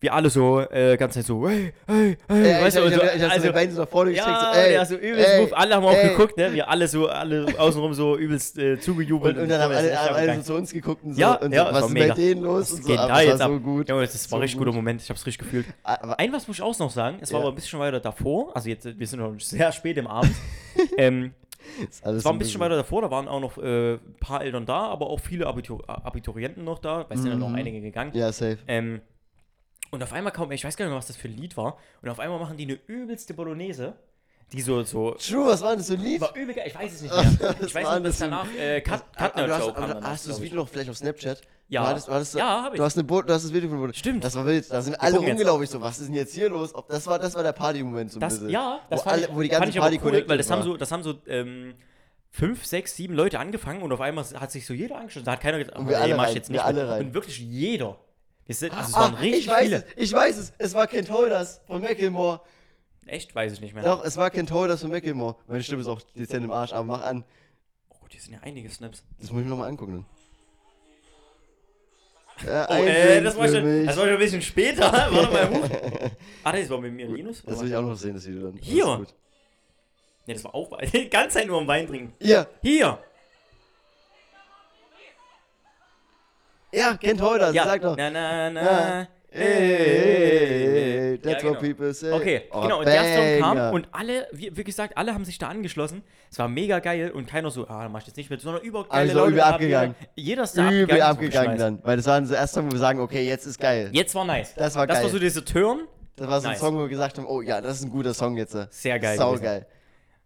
[SPEAKER 2] wir alle so äh, ganz Zeit so, hey, hey, hey,
[SPEAKER 1] Ey,
[SPEAKER 2] weißt du, und
[SPEAKER 1] ich,
[SPEAKER 2] so,
[SPEAKER 1] hab- ich, hab so
[SPEAKER 2] also,
[SPEAKER 1] die Beine so nach vorne gestreckt.
[SPEAKER 2] ja,
[SPEAKER 1] so, ey,
[SPEAKER 2] der so übelst
[SPEAKER 1] ey,
[SPEAKER 2] Move, alle haben auch
[SPEAKER 1] ey.
[SPEAKER 2] geguckt, ne? Wir alle so, alle außenrum so übelst äh, zugejubelt.
[SPEAKER 1] Und, und dann haben
[SPEAKER 2] so, das
[SPEAKER 1] alle,
[SPEAKER 2] ist
[SPEAKER 1] haben
[SPEAKER 2] einfach
[SPEAKER 1] alle
[SPEAKER 2] geil.
[SPEAKER 1] so zu uns geguckt und so.
[SPEAKER 2] Ja,
[SPEAKER 1] und so,
[SPEAKER 2] ja, das
[SPEAKER 1] was
[SPEAKER 2] war
[SPEAKER 1] ist bei
[SPEAKER 2] mega.
[SPEAKER 1] denen los?
[SPEAKER 2] Das
[SPEAKER 1] Und so,
[SPEAKER 2] geht
[SPEAKER 1] aber
[SPEAKER 2] da
[SPEAKER 1] es
[SPEAKER 2] jetzt
[SPEAKER 1] war
[SPEAKER 2] ab.
[SPEAKER 1] so gut.
[SPEAKER 2] Junge, das war
[SPEAKER 1] So
[SPEAKER 2] ein richtig
[SPEAKER 1] gut. Ah,
[SPEAKER 2] guter Moment, ich hab's richtig gefühlt.
[SPEAKER 1] Aber,
[SPEAKER 2] Ein was muss ich auch noch sagen, es war
[SPEAKER 1] Ja.
[SPEAKER 2] aber ein bisschen weiter davor, also jetzt, wir sind noch sehr spät im Abend. ähm,
[SPEAKER 1] ist alles
[SPEAKER 2] es war ein bisschen weiter davor, da waren auch noch äh, ein paar Eltern da, aber auch viele Abitur Abiturienten noch da, weil es sind ja noch
[SPEAKER 1] Mhm.
[SPEAKER 2] einige gegangen.
[SPEAKER 1] Ja, safe.
[SPEAKER 2] Ähm, und auf einmal kaum, ich weiß gar nicht mehr, was das für ein Lied war, und auf einmal machen die eine übelste Bolognese, die so, so,
[SPEAKER 1] True, was war das so ein Lied?
[SPEAKER 2] war übel geil, ich weiß es nicht mehr.
[SPEAKER 1] Das
[SPEAKER 2] Ich weiß
[SPEAKER 1] war
[SPEAKER 2] nicht,
[SPEAKER 1] alles
[SPEAKER 2] dass
[SPEAKER 1] so-
[SPEAKER 2] danach äh, Cut,
[SPEAKER 1] Aber
[SPEAKER 2] Cutner
[SPEAKER 1] Ah, du hast,
[SPEAKER 2] Show
[SPEAKER 1] aber
[SPEAKER 2] kam.
[SPEAKER 1] du
[SPEAKER 2] danach,
[SPEAKER 1] hast du das
[SPEAKER 2] glaub ich.
[SPEAKER 1] Video noch vielleicht auf Snapchat?
[SPEAKER 2] Ja.
[SPEAKER 1] Du, hattest, du, hattest,
[SPEAKER 2] Ja, hab ich.
[SPEAKER 1] du, hast eine Bo- du hast das Video von Boden.
[SPEAKER 2] Stimmt.
[SPEAKER 1] Das war wild. Da sind alle
[SPEAKER 2] gucken jetzt.
[SPEAKER 1] rumgelaufen. Ich so, was ist denn jetzt hier los? Ob- Das war, das war der Party-Moment so ein
[SPEAKER 2] Das,
[SPEAKER 1] bisschen.
[SPEAKER 2] ja,
[SPEAKER 1] Also,
[SPEAKER 2] das
[SPEAKER 1] wo,
[SPEAKER 2] fand
[SPEAKER 1] alle,
[SPEAKER 2] ich,
[SPEAKER 1] wo die
[SPEAKER 2] fand
[SPEAKER 1] ganze
[SPEAKER 2] ich aber
[SPEAKER 1] Party
[SPEAKER 2] cool,
[SPEAKER 1] connected
[SPEAKER 2] weil das
[SPEAKER 1] war.
[SPEAKER 2] haben so, das haben so ähm, fünf, sechs, sieben Leute angefangen und auf einmal hat sich so jeder angeschlossen. Da hat keiner gesagt,
[SPEAKER 1] Und wir
[SPEAKER 2] oh,
[SPEAKER 1] alle
[SPEAKER 2] mach ich
[SPEAKER 1] rein,
[SPEAKER 2] jetzt
[SPEAKER 1] wir
[SPEAKER 2] nicht.
[SPEAKER 1] alle
[SPEAKER 2] mit.
[SPEAKER 1] rein.
[SPEAKER 2] Und wirklich jeder. Wir sind, also es
[SPEAKER 1] Ah,
[SPEAKER 2] waren richtig
[SPEAKER 1] ich weiß
[SPEAKER 2] viele.
[SPEAKER 1] es, ich weiß es. Es war Kent Holders von Macklemore.
[SPEAKER 2] Echt, weiß ich nicht mehr.
[SPEAKER 1] Doch, es war Kent Holders von Macklemore. Meine Stimme ist auch dezent im Arsch, aber mach an.
[SPEAKER 2] Oh Gott, hier sind ja einige Snaps.
[SPEAKER 1] Das muss ich mir nochmal angucken. dann. Ja,
[SPEAKER 2] Oh,
[SPEAKER 1] ein
[SPEAKER 2] äh,
[SPEAKER 1] Wink
[SPEAKER 2] das, war
[SPEAKER 1] für
[SPEAKER 2] schon,
[SPEAKER 1] mich.
[SPEAKER 2] das war schon ein bisschen später. Warte mal, Ruf. Ah, das war mit mir und Linus?
[SPEAKER 1] Das will ich auch noch sehen, das Video dann. Das
[SPEAKER 2] Hier.
[SPEAKER 1] ist gut.
[SPEAKER 2] Nee, das war auch Die ganze Zeit nur am Wein trinken.
[SPEAKER 1] Hier.
[SPEAKER 2] Hier!
[SPEAKER 1] Also Ja, Kent Holders,
[SPEAKER 2] Ja.
[SPEAKER 1] sag doch.
[SPEAKER 2] Na, na, Äh. na.
[SPEAKER 1] Ja. Ey, that's
[SPEAKER 2] Ja, genau.
[SPEAKER 1] what people say.
[SPEAKER 2] Okay,
[SPEAKER 1] Oh,
[SPEAKER 2] genau. Und der
[SPEAKER 1] Banger.
[SPEAKER 2] Song kam und alle, wie, wie gesagt, alle haben sich da angeschlossen. Es war mega geil und keiner so, ah, mach ich jetzt nicht mit, sondern über geile
[SPEAKER 1] Also übel
[SPEAKER 2] ab-
[SPEAKER 1] abgegangen.
[SPEAKER 2] Jeder ist da
[SPEAKER 1] übel
[SPEAKER 2] abgegangen. zum
[SPEAKER 1] abgegangen
[SPEAKER 2] Scheiß.
[SPEAKER 1] dann. Weil das war unser erster Song, wo wir sagen, okay, jetzt ist geil.
[SPEAKER 2] Jetzt war nice.
[SPEAKER 1] Das war
[SPEAKER 2] Das
[SPEAKER 1] geil.
[SPEAKER 2] war so dieser Turn
[SPEAKER 1] Das war so ein
[SPEAKER 2] Nice.
[SPEAKER 1] Song, wo wir gesagt haben, oh ja, das ist ein guter Song jetzt.
[SPEAKER 2] Sehr geil
[SPEAKER 1] Sau
[SPEAKER 2] gewesen.
[SPEAKER 1] geil.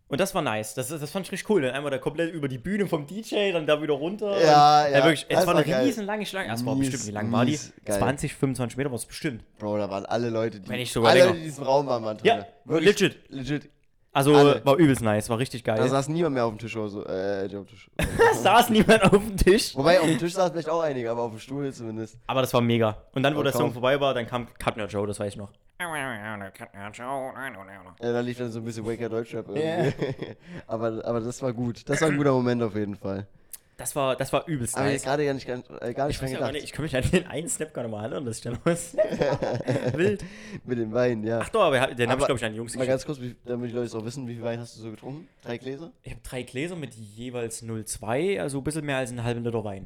[SPEAKER 2] und das war nice. Das, das fand ich richtig cool. Dann einmal da komplett über die Bühne vom DJ, dann da wieder runter.
[SPEAKER 1] Ja,
[SPEAKER 2] und,
[SPEAKER 1] ja,
[SPEAKER 2] wirklich, es
[SPEAKER 1] das
[SPEAKER 2] war
[SPEAKER 1] war
[SPEAKER 2] eine
[SPEAKER 1] geil.
[SPEAKER 2] riesenlange Schlange. Es war
[SPEAKER 1] Mies,
[SPEAKER 2] bestimmt, wie lang war die?
[SPEAKER 1] mies geil.
[SPEAKER 2] 20, 25 Meter war es bestimmt.
[SPEAKER 1] Bro, da waren alle Leute, die,
[SPEAKER 2] Wenn nicht sogar
[SPEAKER 1] alle
[SPEAKER 2] länger.
[SPEAKER 1] Leute, die in diesem Raum waren, waren drin.
[SPEAKER 2] Ja, legit.
[SPEAKER 1] Legit.
[SPEAKER 2] Also
[SPEAKER 1] Alle.
[SPEAKER 2] war übelst nice, war richtig geil.
[SPEAKER 1] Da saß niemand mehr auf dem Tisch oder so. Äh, nicht auf dem Tisch.
[SPEAKER 2] saß niemand auf dem Tisch.
[SPEAKER 1] Wobei, auf dem Tisch saß vielleicht auch einige, aber auf dem Stuhl zumindest.
[SPEAKER 2] Aber das war mega. Und dann, wo
[SPEAKER 1] Oh,
[SPEAKER 2] der Song
[SPEAKER 1] komm.
[SPEAKER 2] vorbei war, dann kam Cutner Joe, das weiß ich noch.
[SPEAKER 1] Ja, Äh, da lief dann so ein bisschen Waker Deutschrap irgendwie. aber, aber das war gut. Das war ein guter Moment auf jeden Fall.
[SPEAKER 2] Das war, das war übelst
[SPEAKER 1] Aber
[SPEAKER 2] nice.
[SPEAKER 1] jetzt gerade gar nicht, äh, gar nicht
[SPEAKER 2] Ich,
[SPEAKER 1] dran
[SPEAKER 2] weiß ja auch
[SPEAKER 1] gedacht.
[SPEAKER 2] nicht, ich kann mich an den einen Snap gar nicht mal erinnern, dass ich da noch einen Snap habe. Wild.
[SPEAKER 1] Mit dem Wein, ja.
[SPEAKER 2] Ach doch, aber hab- den habe
[SPEAKER 1] Aber-
[SPEAKER 2] ich, glaube ich, an die Jungs
[SPEAKER 1] Mal ganz
[SPEAKER 2] geschickt.
[SPEAKER 1] kurz, wie, damit die Leute es auch wissen, wie viel Wein hast du so getrunken? Drei Gläser?
[SPEAKER 2] Ich habe drei Gläser mit jeweils 0,2, also ein bisschen mehr als einen halben Liter Wein.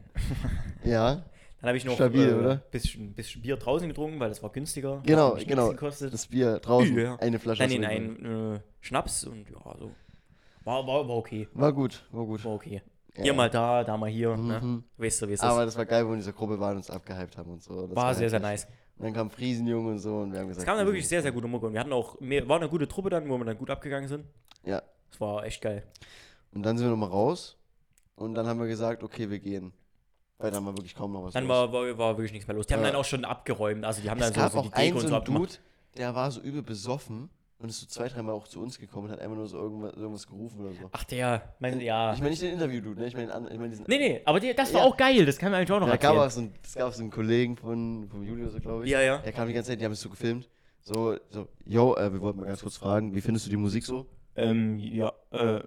[SPEAKER 1] Ja.
[SPEAKER 2] Dann habe ich noch
[SPEAKER 1] Stabil, oder?
[SPEAKER 2] bisschen, bisschen Bier draußen getrungen, weil das war günstiger. Hat
[SPEAKER 1] Genau,
[SPEAKER 2] mich nichts
[SPEAKER 1] genau.
[SPEAKER 2] Gekostet.
[SPEAKER 1] Das Bier draußen.
[SPEAKER 2] Ja.
[SPEAKER 1] Eine Flasche.
[SPEAKER 2] Nein, nein,
[SPEAKER 1] hast du
[SPEAKER 2] nein, äh, Schnaps und ja, so. War, war, war okay.
[SPEAKER 1] mitgenommen. War gut, war gut.
[SPEAKER 2] War okay.
[SPEAKER 1] Ja.
[SPEAKER 2] Hier mal da, da mal hier. Ne?
[SPEAKER 1] Mhm.
[SPEAKER 2] Weißt du, wie es ist.
[SPEAKER 1] Aber das war geil, wo wir in dieser Gruppe waren und uns abgehypt haben und so. Das
[SPEAKER 2] War sehr, sehr
[SPEAKER 1] heftig.
[SPEAKER 2] nice.
[SPEAKER 1] Und dann kam Friesenjunge und so und wir haben gesagt.
[SPEAKER 2] Es kam da wirklich
[SPEAKER 1] Friesen-
[SPEAKER 2] sehr, sehr gute Mucke und wir hatten auch, mehr, war eine gute Truppe dann, wo wir dann gut abgegangen sind.
[SPEAKER 1] Ja.
[SPEAKER 2] Es war echt geil.
[SPEAKER 1] Und dann sind wir nochmal raus und dann haben wir gesagt, okay, wir gehen. Weil dann war wirklich kaum noch was.
[SPEAKER 2] Dann
[SPEAKER 1] los.
[SPEAKER 2] war, war, war wirklich nichts mehr los. Die haben
[SPEAKER 1] Ja.
[SPEAKER 2] dann auch schon abgeräumt, also die haben
[SPEAKER 1] es
[SPEAKER 2] dann
[SPEAKER 1] gab
[SPEAKER 2] so, so die
[SPEAKER 1] auch einen
[SPEAKER 2] Deko und
[SPEAKER 1] so
[SPEAKER 2] so
[SPEAKER 1] einen
[SPEAKER 2] abgemacht.
[SPEAKER 1] Dude, der war so übel besoffen und ist so zwei, dreimal auch zu uns gekommen und hat einfach nur so irgendwas, irgendwas gerufen oder so.
[SPEAKER 2] Ach der, mein, ja.
[SPEAKER 1] Ich meine nicht den Interview-Dude, ne? Ich meine ich mein diesen
[SPEAKER 2] Nee, nee, aber die, das war
[SPEAKER 1] Ja.
[SPEAKER 2] auch geil, das kann man eigentlich auch noch
[SPEAKER 1] Da gab
[SPEAKER 2] erzählen.
[SPEAKER 1] es so einen, es gab so einen Kollegen von, vom Julius, glaube ich.
[SPEAKER 2] Ja, ja.
[SPEAKER 1] Der kam die ganze Zeit, die haben es so gefilmt. So, so yo, äh, wir wollten mal ganz kurz fragen, wie findest du die Musik so?
[SPEAKER 2] Ähm, ja, äh,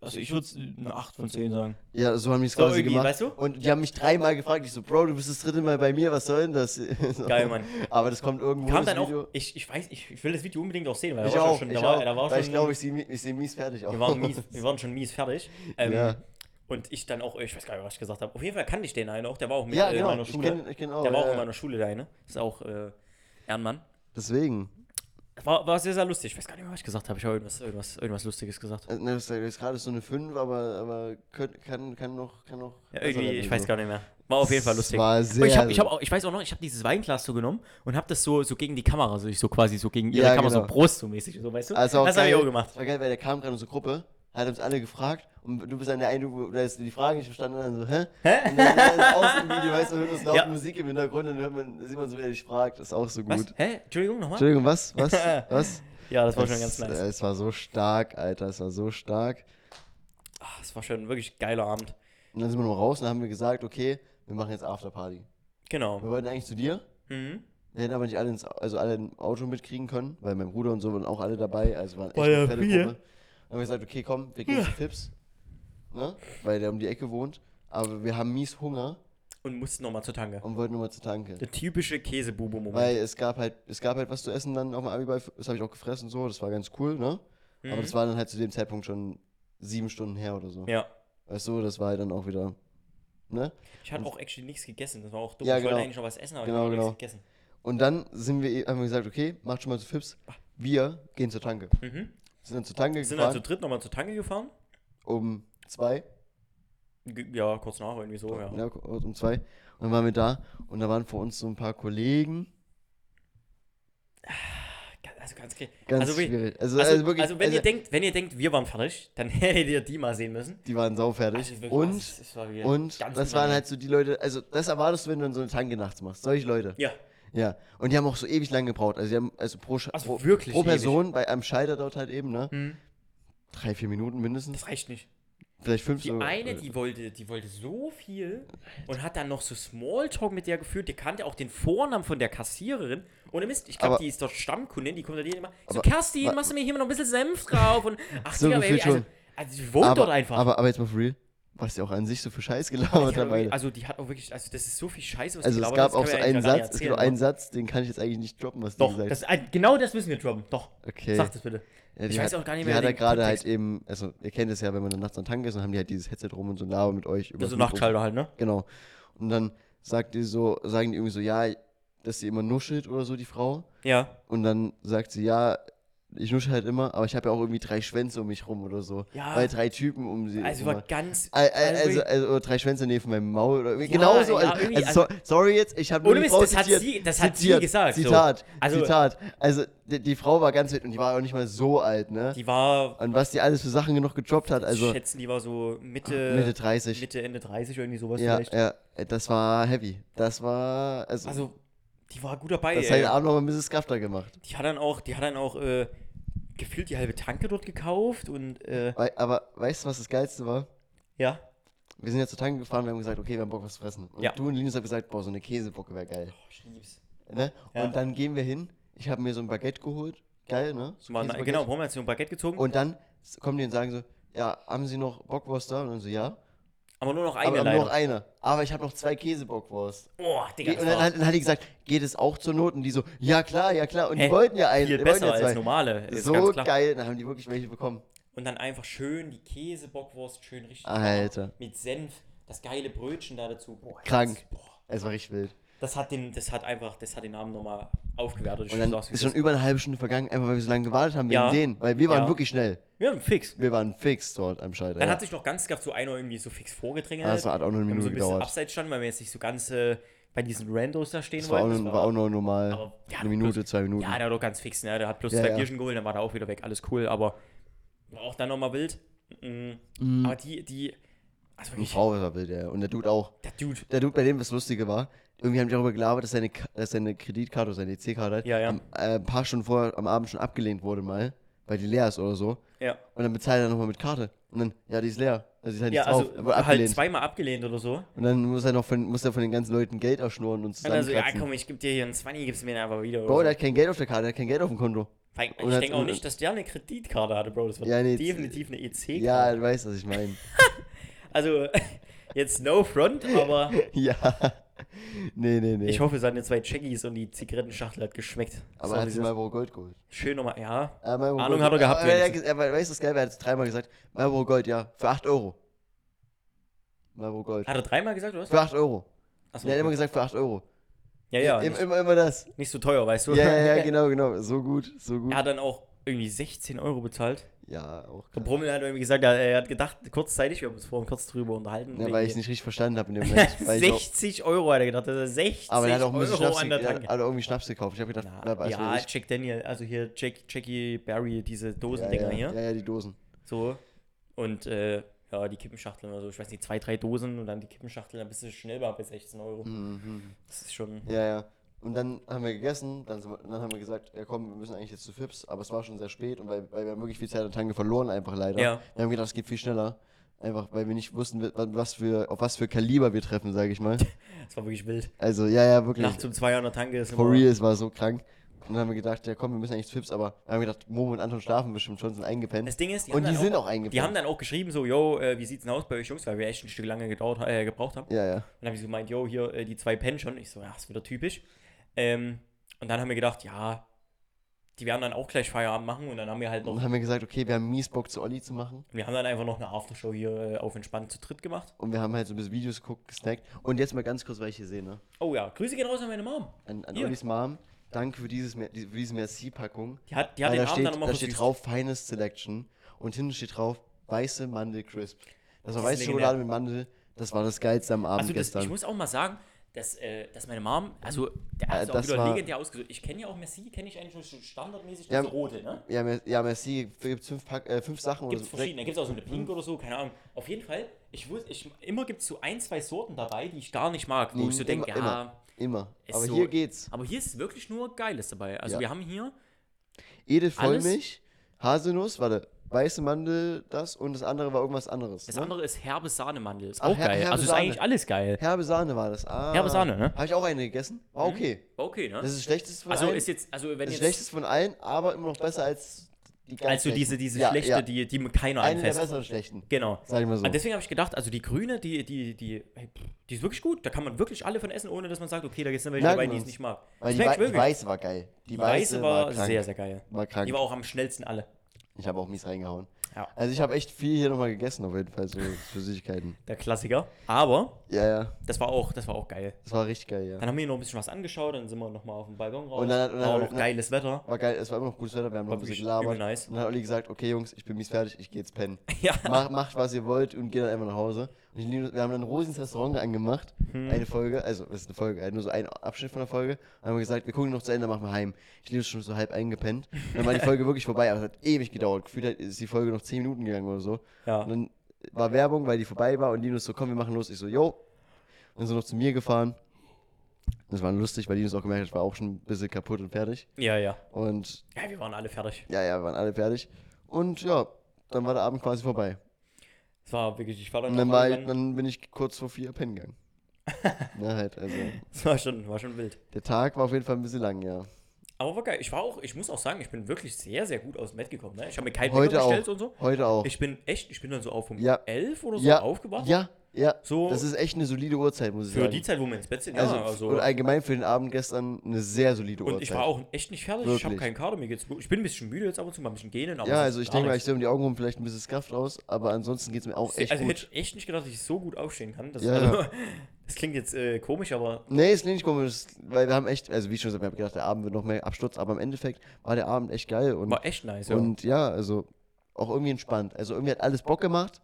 [SPEAKER 2] also ich würde eine 8 von 10 sagen.
[SPEAKER 1] Ja, so haben die es
[SPEAKER 2] So
[SPEAKER 1] quasi
[SPEAKER 2] irgendwie,
[SPEAKER 1] gemacht.
[SPEAKER 2] weißt du?
[SPEAKER 1] Und die haben mich dreimal gefragt. Ich so, Bro, du bist das dritte Mal bei mir, was soll denn das? So.
[SPEAKER 2] Geil, Mann.
[SPEAKER 1] Aber das kommt irgendwo
[SPEAKER 2] Kam
[SPEAKER 1] das
[SPEAKER 2] dann auch,
[SPEAKER 1] Video.
[SPEAKER 2] ich, ich weiß, ich, ich will das Video unbedingt auch sehen, weil
[SPEAKER 1] Ich
[SPEAKER 2] da war
[SPEAKER 1] auch,
[SPEAKER 2] schon,
[SPEAKER 1] ich
[SPEAKER 2] da war,
[SPEAKER 1] auch.
[SPEAKER 2] da war
[SPEAKER 1] weil
[SPEAKER 2] schon
[SPEAKER 1] ich glaube, ich sehe ich seh mies fertig aus.
[SPEAKER 2] Wir waren, mies, wir waren schon mies fertig. Ähm,
[SPEAKER 1] Ja.
[SPEAKER 2] Und ich dann auch, ich weiß gar nicht, was ich gesagt habe. Auf jeden Fall kannte ich den einen auch, der war auch mit
[SPEAKER 1] Ja,
[SPEAKER 2] äh,
[SPEAKER 1] genau.
[SPEAKER 2] in meiner
[SPEAKER 1] Ich
[SPEAKER 2] Schule.
[SPEAKER 1] kenn- ich kenn auch,
[SPEAKER 2] der war
[SPEAKER 1] ja,
[SPEAKER 2] auch
[SPEAKER 1] ja.
[SPEAKER 2] in meiner Schule, der eine. Ist auch äh, Ehrenmann.
[SPEAKER 1] Deswegen.
[SPEAKER 2] War, war sehr, sehr lustig. Ich weiß gar nicht mehr, was ich gesagt habe. Ich habe irgendwas, irgendwas, irgendwas Lustiges gesagt.
[SPEAKER 1] Also, ne, das ist gerade so eine 5, aber, aber könnt, kann, kann noch. Kann noch
[SPEAKER 2] Ja, irgendwie, ich weiß gar nicht mehr. War auf jeden Fall
[SPEAKER 1] Das
[SPEAKER 2] lustig.
[SPEAKER 1] war
[SPEAKER 2] Und ich,
[SPEAKER 1] sehr
[SPEAKER 2] hab, ich, hab auch, ich weiß auch noch, ich habe dieses Weinglas so genommen und habe das so, so gegen die Kamera, so, ich so quasi so gegen ihre
[SPEAKER 1] Ja,
[SPEAKER 2] Kamera so
[SPEAKER 1] genau.
[SPEAKER 2] Brust so mäßig, so weißt du?
[SPEAKER 1] Also auch
[SPEAKER 2] das habe ich
[SPEAKER 1] geil-
[SPEAKER 2] auch gemacht.
[SPEAKER 1] Das war geil, weil der kam gerade in unsere Gruppe, hat uns alle gefragt und du bist dann der eine, wo- da ist die Frage nicht verstanden und dann so, hä? Und dann, dann ist aus dem Video, weißt du, hört uns laut
[SPEAKER 2] Ja.
[SPEAKER 1] Musik im Hintergrund und dann hört man, sieht man so, wer dich fragt. Ist auch so
[SPEAKER 2] Was?
[SPEAKER 1] gut.
[SPEAKER 2] Hä? Entschuldigung nochmal?
[SPEAKER 1] Entschuldigung, was? Was? Was?
[SPEAKER 2] Ja, das war schon ganz nice.
[SPEAKER 1] äh, Es war so stark, Alter, es war so stark.
[SPEAKER 2] Ach, Ah, das war schon wirklich geiler Abend.
[SPEAKER 1] Und dann sind wir noch raus und haben wir gesagt, okay, wir machen jetzt Afterparty. Wir
[SPEAKER 2] Genau.
[SPEAKER 1] wollten eigentlich zu dir,
[SPEAKER 2] Mhm.
[SPEAKER 1] wir hätten aber nicht alle, ins, also alle im Auto mitkriegen können, weil mein Bruder und so waren auch alle dabei, also waren echt
[SPEAKER 2] War ja
[SPEAKER 1] eine fette
[SPEAKER 2] viel.
[SPEAKER 1] Gruppe. Dann haben wir gesagt, okay, komm, wir gehen zu Fips, ne? weil der um die Ecke wohnt, aber wir haben mies Hunger
[SPEAKER 2] und mussten nochmal zur Tanke.
[SPEAKER 1] und wollten nochmal zur Tanke.
[SPEAKER 2] Der typische Käsebubo-Moment.
[SPEAKER 1] Weil es gab halt, es gab halt was zu essen dann auf dem Abiball. Das habe ich auch gefressen so, das war ganz cool, ne?
[SPEAKER 2] Mhm.
[SPEAKER 1] Aber das war dann halt zu dem Zeitpunkt schon sieben Stunden her oder so.
[SPEAKER 2] Ja.
[SPEAKER 1] Weißt du, das war halt dann auch wieder, ne?
[SPEAKER 2] Ich hatte auch actually nichts gegessen. Das war auch dumm.
[SPEAKER 1] Ja,
[SPEAKER 2] Ich wollte
[SPEAKER 1] genau.
[SPEAKER 2] eigentlich noch was essen, aber
[SPEAKER 1] Genau,
[SPEAKER 2] ich habe
[SPEAKER 1] genau.
[SPEAKER 2] nichts gegessen.
[SPEAKER 1] Und dann sind wir, eh- haben wir gesagt, okay, macht schon mal so Fips. Wir gehen zur Tanke.
[SPEAKER 2] Mhm.
[SPEAKER 1] Sind dann zur Tanke
[SPEAKER 2] Wir sind dann
[SPEAKER 1] gefahren,
[SPEAKER 2] zu dritt nochmal zur Tanke gefahren.
[SPEAKER 1] um zwei.
[SPEAKER 2] Ge- Ja, kurz nach irgendwie so, ja.
[SPEAKER 1] Ja, um zwei. Und dann waren wir da und da waren vor uns so ein paar Kollegen.
[SPEAKER 2] Also ganz, okay.
[SPEAKER 1] Ganz
[SPEAKER 2] also, wie-
[SPEAKER 1] schwierig. Also,
[SPEAKER 2] also,
[SPEAKER 1] also wirklich,
[SPEAKER 2] also wenn ihr denkt, wenn ihr denkt, wir waren fertig, dann hättet ihr die mal sehen müssen.
[SPEAKER 1] die waren saufertig.
[SPEAKER 2] Also wirklich, also
[SPEAKER 1] und
[SPEAKER 2] es- es war wieder
[SPEAKER 1] und
[SPEAKER 2] ganz
[SPEAKER 1] das waren
[SPEAKER 2] unangenehm.
[SPEAKER 1] halt so die Leute, also das erwartest du, wenn du dann so eine Tanke nachts machst. Solche Leute.
[SPEAKER 2] Ja,
[SPEAKER 1] Ja. Und die haben auch so ewig lang gebraucht. Also die haben also pro, Sch-
[SPEAKER 2] Also
[SPEAKER 1] pro,
[SPEAKER 2] wirklich
[SPEAKER 1] pro
[SPEAKER 2] ewig.
[SPEAKER 1] Person bei einem Scheiter dort halt eben, ne?
[SPEAKER 2] Hm.
[SPEAKER 1] Drei, vier Minuten mindestens.
[SPEAKER 2] das reicht nicht.
[SPEAKER 1] Vielleicht fünf
[SPEAKER 2] Die
[SPEAKER 1] sogar.
[SPEAKER 2] eine, die wollte, die wollte so viel und hat dann noch so Smalltalk mit der geführt. Die kannte auch den Vornamen von der Kassiererin. Ohne Mist, ich glaube,
[SPEAKER 1] Aber-
[SPEAKER 2] die ist dort Stammkundin, die kommt da immer. So,
[SPEAKER 1] Aber-
[SPEAKER 2] Kerstin,
[SPEAKER 1] wa-
[SPEAKER 2] machst du mir hier mal noch ein bisschen Senf drauf? Und, ach,
[SPEAKER 1] So
[SPEAKER 2] Digga, Baby,
[SPEAKER 1] gefühlt
[SPEAKER 2] also,
[SPEAKER 1] schon.
[SPEAKER 2] also die wohnt
[SPEAKER 1] aber,
[SPEAKER 2] dort einfach.
[SPEAKER 1] Aber, aber jetzt mal for real, was die auch an sich so für Scheiß
[SPEAKER 2] Die
[SPEAKER 1] gelabert
[SPEAKER 2] hat auch
[SPEAKER 1] haben.
[SPEAKER 2] wirklich-
[SPEAKER 1] Alter.
[SPEAKER 2] also, die hat auch wirklich, also, das ist so viel Scheiße, was die
[SPEAKER 1] Also es
[SPEAKER 2] gelabert
[SPEAKER 1] gab
[SPEAKER 2] hat,
[SPEAKER 1] auch
[SPEAKER 2] das
[SPEAKER 1] so
[SPEAKER 2] kann man ja
[SPEAKER 1] einen
[SPEAKER 2] eigentlich gar nicht
[SPEAKER 1] Satz, es gibt
[SPEAKER 2] erzählen, ne?
[SPEAKER 1] auch einen Satz, den kann ich jetzt eigentlich nicht droppen, was die
[SPEAKER 2] Doch,
[SPEAKER 1] gesagt
[SPEAKER 2] das, äh, genau das müssen wir droppen. Doch.
[SPEAKER 1] Okay.
[SPEAKER 2] Sag das bitte.
[SPEAKER 1] Ja,
[SPEAKER 2] Ich
[SPEAKER 1] die
[SPEAKER 2] weiß
[SPEAKER 1] hat-
[SPEAKER 2] auch gar nicht
[SPEAKER 1] die
[SPEAKER 2] mehr
[SPEAKER 1] hat er
[SPEAKER 2] den
[SPEAKER 1] gerade
[SPEAKER 2] Kontext.
[SPEAKER 1] halt eben, also ihr kennt es ja, wenn man dann nachts an den Tank ist, dann haben die halt dieses Headset rum und so labern mit euch. Über
[SPEAKER 2] Also Nachtschalter halt, ne?
[SPEAKER 1] Genau. Und dann sagt die so, sagen die irgendwie so, ja, dass sie immer nuschelt oder so, die Frau.
[SPEAKER 2] Ja.
[SPEAKER 1] Und dann sagt sie, ja, ich nuschel halt immer, aber ich habe ja auch irgendwie drei Schwänze um mich rum oder so.
[SPEAKER 2] Ja.
[SPEAKER 1] Weil drei Typen um sie
[SPEAKER 2] Also
[SPEAKER 1] rum.
[SPEAKER 2] war ganz.
[SPEAKER 1] Al- al- Also,
[SPEAKER 2] wirklich-
[SPEAKER 1] also, oder drei Schwänze neben meinem Maul oder irgendwie
[SPEAKER 2] Ja,
[SPEAKER 1] genau so.
[SPEAKER 2] ja,
[SPEAKER 1] also,
[SPEAKER 2] irgendwie,
[SPEAKER 1] also, so, sorry jetzt, ich habe nur
[SPEAKER 2] Ohne
[SPEAKER 1] die
[SPEAKER 2] Mist,
[SPEAKER 1] Frau
[SPEAKER 2] das hat
[SPEAKER 1] zitiert.
[SPEAKER 2] sie- das hat sie
[SPEAKER 1] zitiert,
[SPEAKER 2] gesagt, so.
[SPEAKER 1] Zitat,
[SPEAKER 2] Also-
[SPEAKER 1] Zitat. Also die, die Frau war ganz wild und die war auch nicht mal so alt, ne?
[SPEAKER 2] die war,
[SPEAKER 1] Und was die alles für Sachen noch gedroppt hat,
[SPEAKER 2] ich
[SPEAKER 1] also
[SPEAKER 2] schätzen, die war so Mitte,
[SPEAKER 1] Mitte 30.
[SPEAKER 2] Mitte, Ende 30 irgendwie sowas
[SPEAKER 1] ja,
[SPEAKER 2] vielleicht.
[SPEAKER 1] ja, das war heavy. Das war, also,
[SPEAKER 2] Also, die war gut dabei.
[SPEAKER 1] das hat
[SPEAKER 2] ey.
[SPEAKER 1] den Abend nochmal Mrs. Skafter gemacht.
[SPEAKER 2] Die hat dann auch, die hat dann auch äh, gefühlt die halbe Tanke dort gekauft und äh,
[SPEAKER 1] Wei- Aber weißt du, was das Geilste war?
[SPEAKER 2] ja.
[SPEAKER 1] Wir sind ja zur Tanke gefahren, wir haben gesagt, okay, wir haben Bock, was zu fressen. Und
[SPEAKER 2] Ja.
[SPEAKER 1] du und Linus haben gesagt, boah, so eine Käsebocke wäre geil.
[SPEAKER 2] Oh, ich lieb's.
[SPEAKER 1] Ne?
[SPEAKER 2] Ja.
[SPEAKER 1] Und dann gehen wir hin, ich habe mir so ein Baguette geholt. Geil, ne? So
[SPEAKER 2] War,
[SPEAKER 1] Käsebaguette.
[SPEAKER 2] genau, warum hat sie ein Baguette gezogen?
[SPEAKER 1] Und dann s- kommen die und sagen so, ja, haben Sie noch Bockwurst da? Und dann so, ja.
[SPEAKER 2] aber nur noch
[SPEAKER 1] Aber
[SPEAKER 2] eine
[SPEAKER 1] aber
[SPEAKER 2] leider.
[SPEAKER 1] noch eine. Aber ich habe noch zwei Käsebockwurst.
[SPEAKER 2] oh, Digga,
[SPEAKER 1] Ge-
[SPEAKER 2] das
[SPEAKER 1] und dann
[SPEAKER 2] war
[SPEAKER 1] hat, dann hat die gesagt, geht es auch zur Not? Und die so, ja klar, ja klar. Und
[SPEAKER 2] Hä?
[SPEAKER 1] die wollten ja eine.
[SPEAKER 2] viel
[SPEAKER 1] die
[SPEAKER 2] besser
[SPEAKER 1] wollten ja
[SPEAKER 2] als
[SPEAKER 1] zwei.
[SPEAKER 2] normale. Ist
[SPEAKER 1] So
[SPEAKER 2] ganz klar.
[SPEAKER 1] geil, dann haben die wirklich welche bekommen.
[SPEAKER 2] Und dann einfach schön die Käsebockwurst, schön richtig
[SPEAKER 1] Alter.
[SPEAKER 2] gemacht, mit Senf, das geile Brötchen da dazu. Boah,
[SPEAKER 1] Krank.
[SPEAKER 2] Das, boah,
[SPEAKER 1] Es war richtig wild.
[SPEAKER 2] das hat den, das hat einfach, das hat den Namen nochmal aufgewertet. Ich
[SPEAKER 1] Und dann
[SPEAKER 2] sag's, wie
[SPEAKER 1] ist
[SPEAKER 2] es
[SPEAKER 1] schon über eine halbe Stunde vergangen, einfach weil wir so lange gewartet haben wegen
[SPEAKER 2] Ja.
[SPEAKER 1] denen. Weil wir waren
[SPEAKER 2] Ja.
[SPEAKER 1] wirklich schnell.
[SPEAKER 2] ja, fix.
[SPEAKER 1] Wir waren fix dort am Scheiter.
[SPEAKER 2] Dann
[SPEAKER 1] ja.
[SPEAKER 2] hat sich noch ganz, gab so einer irgendwie so fix vorgedrängelt.
[SPEAKER 1] Ah, das hat auch nur eine
[SPEAKER 2] Wir haben so
[SPEAKER 1] Minute
[SPEAKER 2] ein bisschen
[SPEAKER 1] gedauert.
[SPEAKER 2] abseits standen, weil wir jetzt nicht so ganz äh, bei diesen Randos da stehen
[SPEAKER 1] das war auch,
[SPEAKER 2] wollten.
[SPEAKER 1] nur, war auch nur normal.
[SPEAKER 2] aber- ja,
[SPEAKER 1] eine Minute, zwei Minuten.
[SPEAKER 2] ja, der hat doch ganz fix, ne? Der hat plus
[SPEAKER 1] Ja,
[SPEAKER 2] zwei
[SPEAKER 1] ja.
[SPEAKER 2] Kirschen geholt, dann war der auch wieder weg. Alles cool, aber war auch dann nochmal wild. Mhm. Aber die, die, also
[SPEAKER 1] Die
[SPEAKER 2] wirklich,
[SPEAKER 1] Mm. Frau war wild, ja. Und der Dude auch.
[SPEAKER 2] der Dude,
[SPEAKER 1] Der Dude, bei dem das Lustige war, irgendwie haben die darüber gelabert, dass seine, Ka- dass seine Kreditkarte oder seine EC-Karte halt
[SPEAKER 2] Ja, ja.
[SPEAKER 1] Am, äh, ein paar Stunden vorher am Abend schon abgelehnt wurde mal, weil die leer ist oder so.
[SPEAKER 2] ja.
[SPEAKER 1] Und dann bezahlt er nochmal mit Karte. Und dann, ja, die ist leer. Also die ist halt
[SPEAKER 2] Ja,
[SPEAKER 1] nicht drauf.
[SPEAKER 2] also
[SPEAKER 1] aber
[SPEAKER 2] halt
[SPEAKER 1] abgelehnt.
[SPEAKER 2] zweimal abgelehnt oder so.
[SPEAKER 1] und dann muss er noch von, muss er von den ganzen Leuten Geld erschnurren und
[SPEAKER 2] Und also,
[SPEAKER 1] zusammenkratzen.
[SPEAKER 2] ja, komm, ich geb dir hier einen 20, gib's mir den einfach wieder.
[SPEAKER 1] Bro,
[SPEAKER 2] oder
[SPEAKER 1] der
[SPEAKER 2] so.
[SPEAKER 1] hat kein Geld auf der Karte, der hat kein Geld auf dem Konto.
[SPEAKER 2] Weil
[SPEAKER 1] und
[SPEAKER 2] ich
[SPEAKER 1] hat-
[SPEAKER 2] denke auch
[SPEAKER 1] und-
[SPEAKER 2] nicht, dass der eine Kreditkarte hatte, Bro. Das war
[SPEAKER 1] Ja, nee,
[SPEAKER 2] definitiv eine EC-Karte.
[SPEAKER 1] Ja, du weißt, was ich meine.
[SPEAKER 2] Also, jetzt no front, aber
[SPEAKER 1] ja. Nee, nee, nee.
[SPEAKER 2] ich hoffe, seine zwei Checkies und die Zigarettenschachtel hat geschmeckt. Das
[SPEAKER 1] aber
[SPEAKER 2] war
[SPEAKER 1] er hat sich
[SPEAKER 2] dieses-
[SPEAKER 1] Marlboro Gold geholt.
[SPEAKER 2] Schön nochmal, ja.
[SPEAKER 1] Äh, Marlboro
[SPEAKER 2] Ahnung
[SPEAKER 1] Gold.
[SPEAKER 2] hat er gehabt,
[SPEAKER 1] Aber er, er, er, weißt du, das Geil, er hat es dreimal gesagt. Marlboro Gold, ja, für 8 Euro. Marlboro Gold.
[SPEAKER 2] Hat er dreimal gesagt, oder was?
[SPEAKER 1] Für 8 Euro.
[SPEAKER 2] Achso,
[SPEAKER 1] Er hat immer gesagt, für 8 Euro.
[SPEAKER 2] ja, ja.
[SPEAKER 1] Im,
[SPEAKER 2] Nicht,
[SPEAKER 1] immer, immer das.
[SPEAKER 2] nicht so teuer, weißt du?
[SPEAKER 1] Ja, ja, ja, genau, genau. So gut, so gut.
[SPEAKER 2] Er hat dann auch irgendwie 16 Euro bezahlt.
[SPEAKER 1] Ja, auch
[SPEAKER 2] Der
[SPEAKER 1] krass.
[SPEAKER 2] Brummel hat irgendwie gesagt, er, er hat gedacht, kurzzeitig, wir haben uns vorhin kurz drüber unterhalten.
[SPEAKER 1] Ja,
[SPEAKER 2] wegen-
[SPEAKER 1] weil ich es nicht richtig verstanden habe in dem Moment. weil ich auch,
[SPEAKER 2] 60 Euro hat er gedacht, das ist 60
[SPEAKER 1] aber er hat auch ein bisschen
[SPEAKER 2] Euro
[SPEAKER 1] Schnaps, ge-
[SPEAKER 2] an der
[SPEAKER 1] er hat
[SPEAKER 2] Tanke.
[SPEAKER 1] hat irgendwie Schnaps gekauft. Ich habe gedacht, na,
[SPEAKER 2] Na,
[SPEAKER 1] weiß
[SPEAKER 2] ja,
[SPEAKER 1] nicht.
[SPEAKER 2] Jack Daniel, also hier Jack, Jackie Barry, diese
[SPEAKER 1] ja, ja,
[SPEAKER 2] Dosendinger hier.
[SPEAKER 1] ja, ja, die Dosen.
[SPEAKER 2] So. Und äh, ja, die Kippenschachtel oder so, ich weiß nicht, zwei, drei Dosen und dann die Kippenschachtel, dann bist du schnell mal bei 16 Euro.
[SPEAKER 1] Mhm.
[SPEAKER 2] Das ist schon.
[SPEAKER 1] Ja, ja. Und dann haben wir gegessen, dann, sind wir, dann haben wir gesagt, ja komm, wir müssen eigentlich jetzt zu Fips, aber es war schon sehr spät und weil, weil wir haben wirklich viel Zeit an der Tanke verloren einfach leider.
[SPEAKER 2] Ja.
[SPEAKER 1] Wir haben gedacht, es geht viel schneller. Einfach, weil wir nicht wussten, wa- was für, auf was für Kaliber wir treffen, sage ich mal.
[SPEAKER 2] Das war wirklich wild.
[SPEAKER 1] Also, ja, ja, wirklich.
[SPEAKER 2] Nachts um zwei an der Tanke ist
[SPEAKER 1] For
[SPEAKER 2] immer-
[SPEAKER 1] real, es war so krank. Und dann haben wir gedacht, ja komm, wir müssen eigentlich zu Fips, aber dann haben wir gedacht, Momo und Anton schlafen bestimmt schon, sind eingepennt.
[SPEAKER 2] Das Ding ist,
[SPEAKER 1] und die
[SPEAKER 2] dann
[SPEAKER 1] sind
[SPEAKER 2] auch,
[SPEAKER 1] auch eingepennt.
[SPEAKER 2] die haben dann auch geschrieben, so, yo, äh, wie sieht's denn aus bei euch Jungs, weil wir echt ein Stück lange gedauert, äh, gebraucht haben.
[SPEAKER 1] ja, ja.
[SPEAKER 2] Und dann haben sie gemeint, yo, hier, äh, die zwei pennen schon. Ich so, ja, ist wieder typisch. Ähm, und dann haben wir gedacht, ja, die werden dann auch gleich Feierabend machen. Und dann haben wir halt
[SPEAKER 1] Und
[SPEAKER 2] noch,
[SPEAKER 1] dann haben wir gesagt, okay, wir haben mies Bock zu Olli zu machen.
[SPEAKER 2] wir haben dann einfach noch eine Aftershow hier äh, auf entspannt zu dritt gemacht.
[SPEAKER 1] Und wir haben halt so ein bisschen Videos geguckt, gesnackt. Und jetzt mal ganz kurz, weil ich hier sehe, ne?
[SPEAKER 2] Oh ja, Grüße gehen raus an meine Mom.
[SPEAKER 1] An, an
[SPEAKER 2] Hier.
[SPEAKER 1] Ollis Mom. Danke für, dieses, Mer- die- für diese Merci-Packung.
[SPEAKER 2] Die hat, die
[SPEAKER 1] Ja,
[SPEAKER 2] hat
[SPEAKER 1] da
[SPEAKER 2] den Abend
[SPEAKER 1] steht,
[SPEAKER 2] dann nochmal
[SPEAKER 1] da steht drauf Finest Selection und hinten steht drauf weiße Mandel Crisp. Das war
[SPEAKER 2] Das ist
[SPEAKER 1] weiße
[SPEAKER 2] legendär.
[SPEAKER 1] Schokolade mit Mandel. Das war das geilste am Abend
[SPEAKER 2] Also das,
[SPEAKER 1] gestern.
[SPEAKER 2] ich muss auch mal sagen, dass, äh, dass meine Mom, also der
[SPEAKER 1] Äh,
[SPEAKER 2] hat auch
[SPEAKER 1] das
[SPEAKER 2] wieder
[SPEAKER 1] war-
[SPEAKER 2] legendär ausgesucht. Ich kenne ja auch Messi, kenne ich eigentlich nur so standardmäßig
[SPEAKER 1] Ja,
[SPEAKER 2] das Rote, ne?
[SPEAKER 1] ja, mer- ja, merci. Gibt es fünf, Pack- äh, fünf Sachen
[SPEAKER 2] Gibt es
[SPEAKER 1] oder so.
[SPEAKER 2] verschiedene, gibt es auch
[SPEAKER 1] Mhm.
[SPEAKER 2] so eine Pink oder so, keine Ahnung. Auf jeden Fall, ich wusste, ich, immer gibt es so ein, zwei Sorten dabei, die ich gar nicht mag, wo
[SPEAKER 1] Nee,
[SPEAKER 2] ich so
[SPEAKER 1] immer-
[SPEAKER 2] denke, ja,
[SPEAKER 1] Immer.
[SPEAKER 2] ist
[SPEAKER 1] Aber
[SPEAKER 2] so-
[SPEAKER 1] hier geht's.
[SPEAKER 2] aber hier ist wirklich nur Geiles dabei. Also
[SPEAKER 1] Ja.
[SPEAKER 2] wir haben hier,
[SPEAKER 1] Edelvollmilch, Haselnuss, warte, weiße Mandel, das und das andere war irgendwas anderes.
[SPEAKER 2] das
[SPEAKER 1] ne?
[SPEAKER 2] andere ist herbe Sahnemandel, ist
[SPEAKER 1] Ach,
[SPEAKER 2] auch
[SPEAKER 1] her-
[SPEAKER 2] geil.
[SPEAKER 1] herbe
[SPEAKER 2] Also ist
[SPEAKER 1] Sahne.
[SPEAKER 2] eigentlich alles geil.
[SPEAKER 1] Herbe Sahne war das. Ah.
[SPEAKER 2] Herbe Sahne, ne?
[SPEAKER 1] Habe ich auch eine gegessen? War okay.
[SPEAKER 2] Okay, ne?
[SPEAKER 1] Das ist das Schlechteste von
[SPEAKER 2] also
[SPEAKER 1] allen.
[SPEAKER 2] ist jetzt, also wenn
[SPEAKER 1] das
[SPEAKER 2] jetzt,
[SPEAKER 1] Schlechteste von allen, aber immer noch besser als die ganz
[SPEAKER 2] also
[SPEAKER 1] schlechten.
[SPEAKER 2] diese, diese
[SPEAKER 1] Ja,
[SPEAKER 2] schlechte,
[SPEAKER 1] ja.
[SPEAKER 2] die, die keiner
[SPEAKER 1] Eine der
[SPEAKER 2] anfasst.
[SPEAKER 1] besseren schlechten.
[SPEAKER 2] Genau.
[SPEAKER 1] Sag ich mal so.
[SPEAKER 2] Und deswegen habe ich gedacht, also die grüne, die, die, die, hey, pff, die ist wirklich gut. Da kann man wirklich alle von essen, ohne dass man sagt, okay, da gibt es welche
[SPEAKER 1] Merken
[SPEAKER 2] dabei,
[SPEAKER 1] wir
[SPEAKER 2] die ich
[SPEAKER 1] uns.
[SPEAKER 2] nicht mag.
[SPEAKER 1] genau. Weil die,
[SPEAKER 2] Schmeckt
[SPEAKER 1] Wei- die
[SPEAKER 2] wirklich.
[SPEAKER 1] weiße war geil. Die,
[SPEAKER 2] Die weiße war, sehr, sehr geil.
[SPEAKER 1] war krank.
[SPEAKER 2] Die war auch am schnellsten alle.
[SPEAKER 1] Ich habe auch mies reingehauen.
[SPEAKER 2] Ja.
[SPEAKER 1] Also ich habe echt viel hier nochmal gegessen, auf jeden Fall, so für Süßigkeiten.
[SPEAKER 2] Der Klassiker. Aber
[SPEAKER 1] Ja, ja.
[SPEAKER 2] das war auch, das war auch geil.
[SPEAKER 1] Das war richtig geil, ja.
[SPEAKER 2] Dann haben wir hier noch ein bisschen was angeschaut, dann sind wir nochmal auf dem Balkon raus.
[SPEAKER 1] Und dann- und dann-
[SPEAKER 2] war auch noch
[SPEAKER 1] und-
[SPEAKER 2] geiles Wetter.
[SPEAKER 1] War geil, es war immer noch gutes Wetter, wir haben noch
[SPEAKER 2] War
[SPEAKER 1] ein bisschen
[SPEAKER 2] wirklich
[SPEAKER 1] gelabert.
[SPEAKER 2] übel nice.
[SPEAKER 1] Und dann hat Olli gesagt, okay Jungs, ich bin mies fertig, ich gehe jetzt pennen.
[SPEAKER 2] Ja.
[SPEAKER 1] Mach, macht, was ihr wollt und geht dann einfach nach Hause. Und ich, liebe- wir haben dann Rosins Restaurant angemacht, eine Folge, also das ist eine Folge, halt nur so ein Abschnitt von der Folge. Und dann haben wir gesagt, wir gucken noch zu Ende, dann machen wir heim. Ich liebe es schon so halb eingepennt. Und dann war die Folge wirklich vorbei, aber es hat ewig gedauert. Gefühlt hat- ist die Folge noch 10 Minuten gegangen oder so.
[SPEAKER 2] Ja.
[SPEAKER 1] Und dann war Werbung, weil die vorbei war und Linus so, komm, wir machen los. Ich so, yo. Und dann sind wir noch zu mir gefahren. Das war lustig, weil Linus auch gemerkt hat, ich war auch schon ein bisschen kaputt und fertig.
[SPEAKER 2] Ja, ja.
[SPEAKER 1] Und
[SPEAKER 2] Ja, wir waren alle fertig.
[SPEAKER 1] ja, ja, wir waren alle fertig. Und ja, dann war der Abend quasi vorbei.
[SPEAKER 2] Es war wirklich, ich war dann,
[SPEAKER 1] Und dann,
[SPEAKER 2] noch
[SPEAKER 1] war,
[SPEAKER 2] irgendwann-
[SPEAKER 1] dann bin ich kurz vor vier pennen gegangen. Na halt, also.
[SPEAKER 2] Es war schon, war schon wild.
[SPEAKER 1] Der Tag war auf jeden Fall ein bisschen lang, ja.
[SPEAKER 2] Aber war geil. Ich war auch, ich muss auch sagen, ich bin wirklich sehr, sehr gut aus dem Bett gekommen. Ne? Ich habe mir keinen
[SPEAKER 1] Heute
[SPEAKER 2] Wecker
[SPEAKER 1] auch.
[SPEAKER 2] gestellt und so.
[SPEAKER 1] Heute auch.
[SPEAKER 2] Ich bin echt, ich bin dann so auf um
[SPEAKER 1] Ja.
[SPEAKER 2] elf oder so
[SPEAKER 1] ja,
[SPEAKER 2] aufgewacht.
[SPEAKER 1] Ja, ja.
[SPEAKER 2] So-
[SPEAKER 1] das ist echt eine solide Uhrzeit, muss ich
[SPEAKER 2] Für
[SPEAKER 1] sagen.
[SPEAKER 2] die Zeit, wo wir ins Bett sind,
[SPEAKER 1] also,
[SPEAKER 2] ja. Also,
[SPEAKER 1] Und allgemein für den Abend gestern eine sehr solide
[SPEAKER 2] und
[SPEAKER 1] Uhrzeit.
[SPEAKER 2] ich war auch echt nicht fertig. Ich habe
[SPEAKER 1] Wirklich.
[SPEAKER 2] keinen Kader, mir geht's gut. Ich bin ein bisschen müde jetzt ab und zu, mal ein bisschen gähnen. Aber
[SPEAKER 1] ja,
[SPEAKER 2] sonst
[SPEAKER 1] also ich
[SPEAKER 2] gar
[SPEAKER 1] denke mal,
[SPEAKER 2] nichts.
[SPEAKER 1] ich sehe um die Augen rum vielleicht ein bisschen Kraft raus, aber ansonsten geht es mir auch echt
[SPEAKER 2] also
[SPEAKER 1] gut.
[SPEAKER 2] hätte ich echt nicht gedacht, dass ich so gut aufstehen kann. Das,
[SPEAKER 1] Ja,
[SPEAKER 2] also, das klingt jetzt äh, komisch, aber
[SPEAKER 1] Nee, ist nicht komisch, weil wir haben echt, also wie ich schon gesagt habe, gedacht, der Abend wird noch mehr Absturz, aber im Endeffekt war der Abend echt geil und
[SPEAKER 2] war echt nice. ja.
[SPEAKER 1] Und ja, also auch irgendwie entspannt. Also irgendwie hat alles Bock gemacht.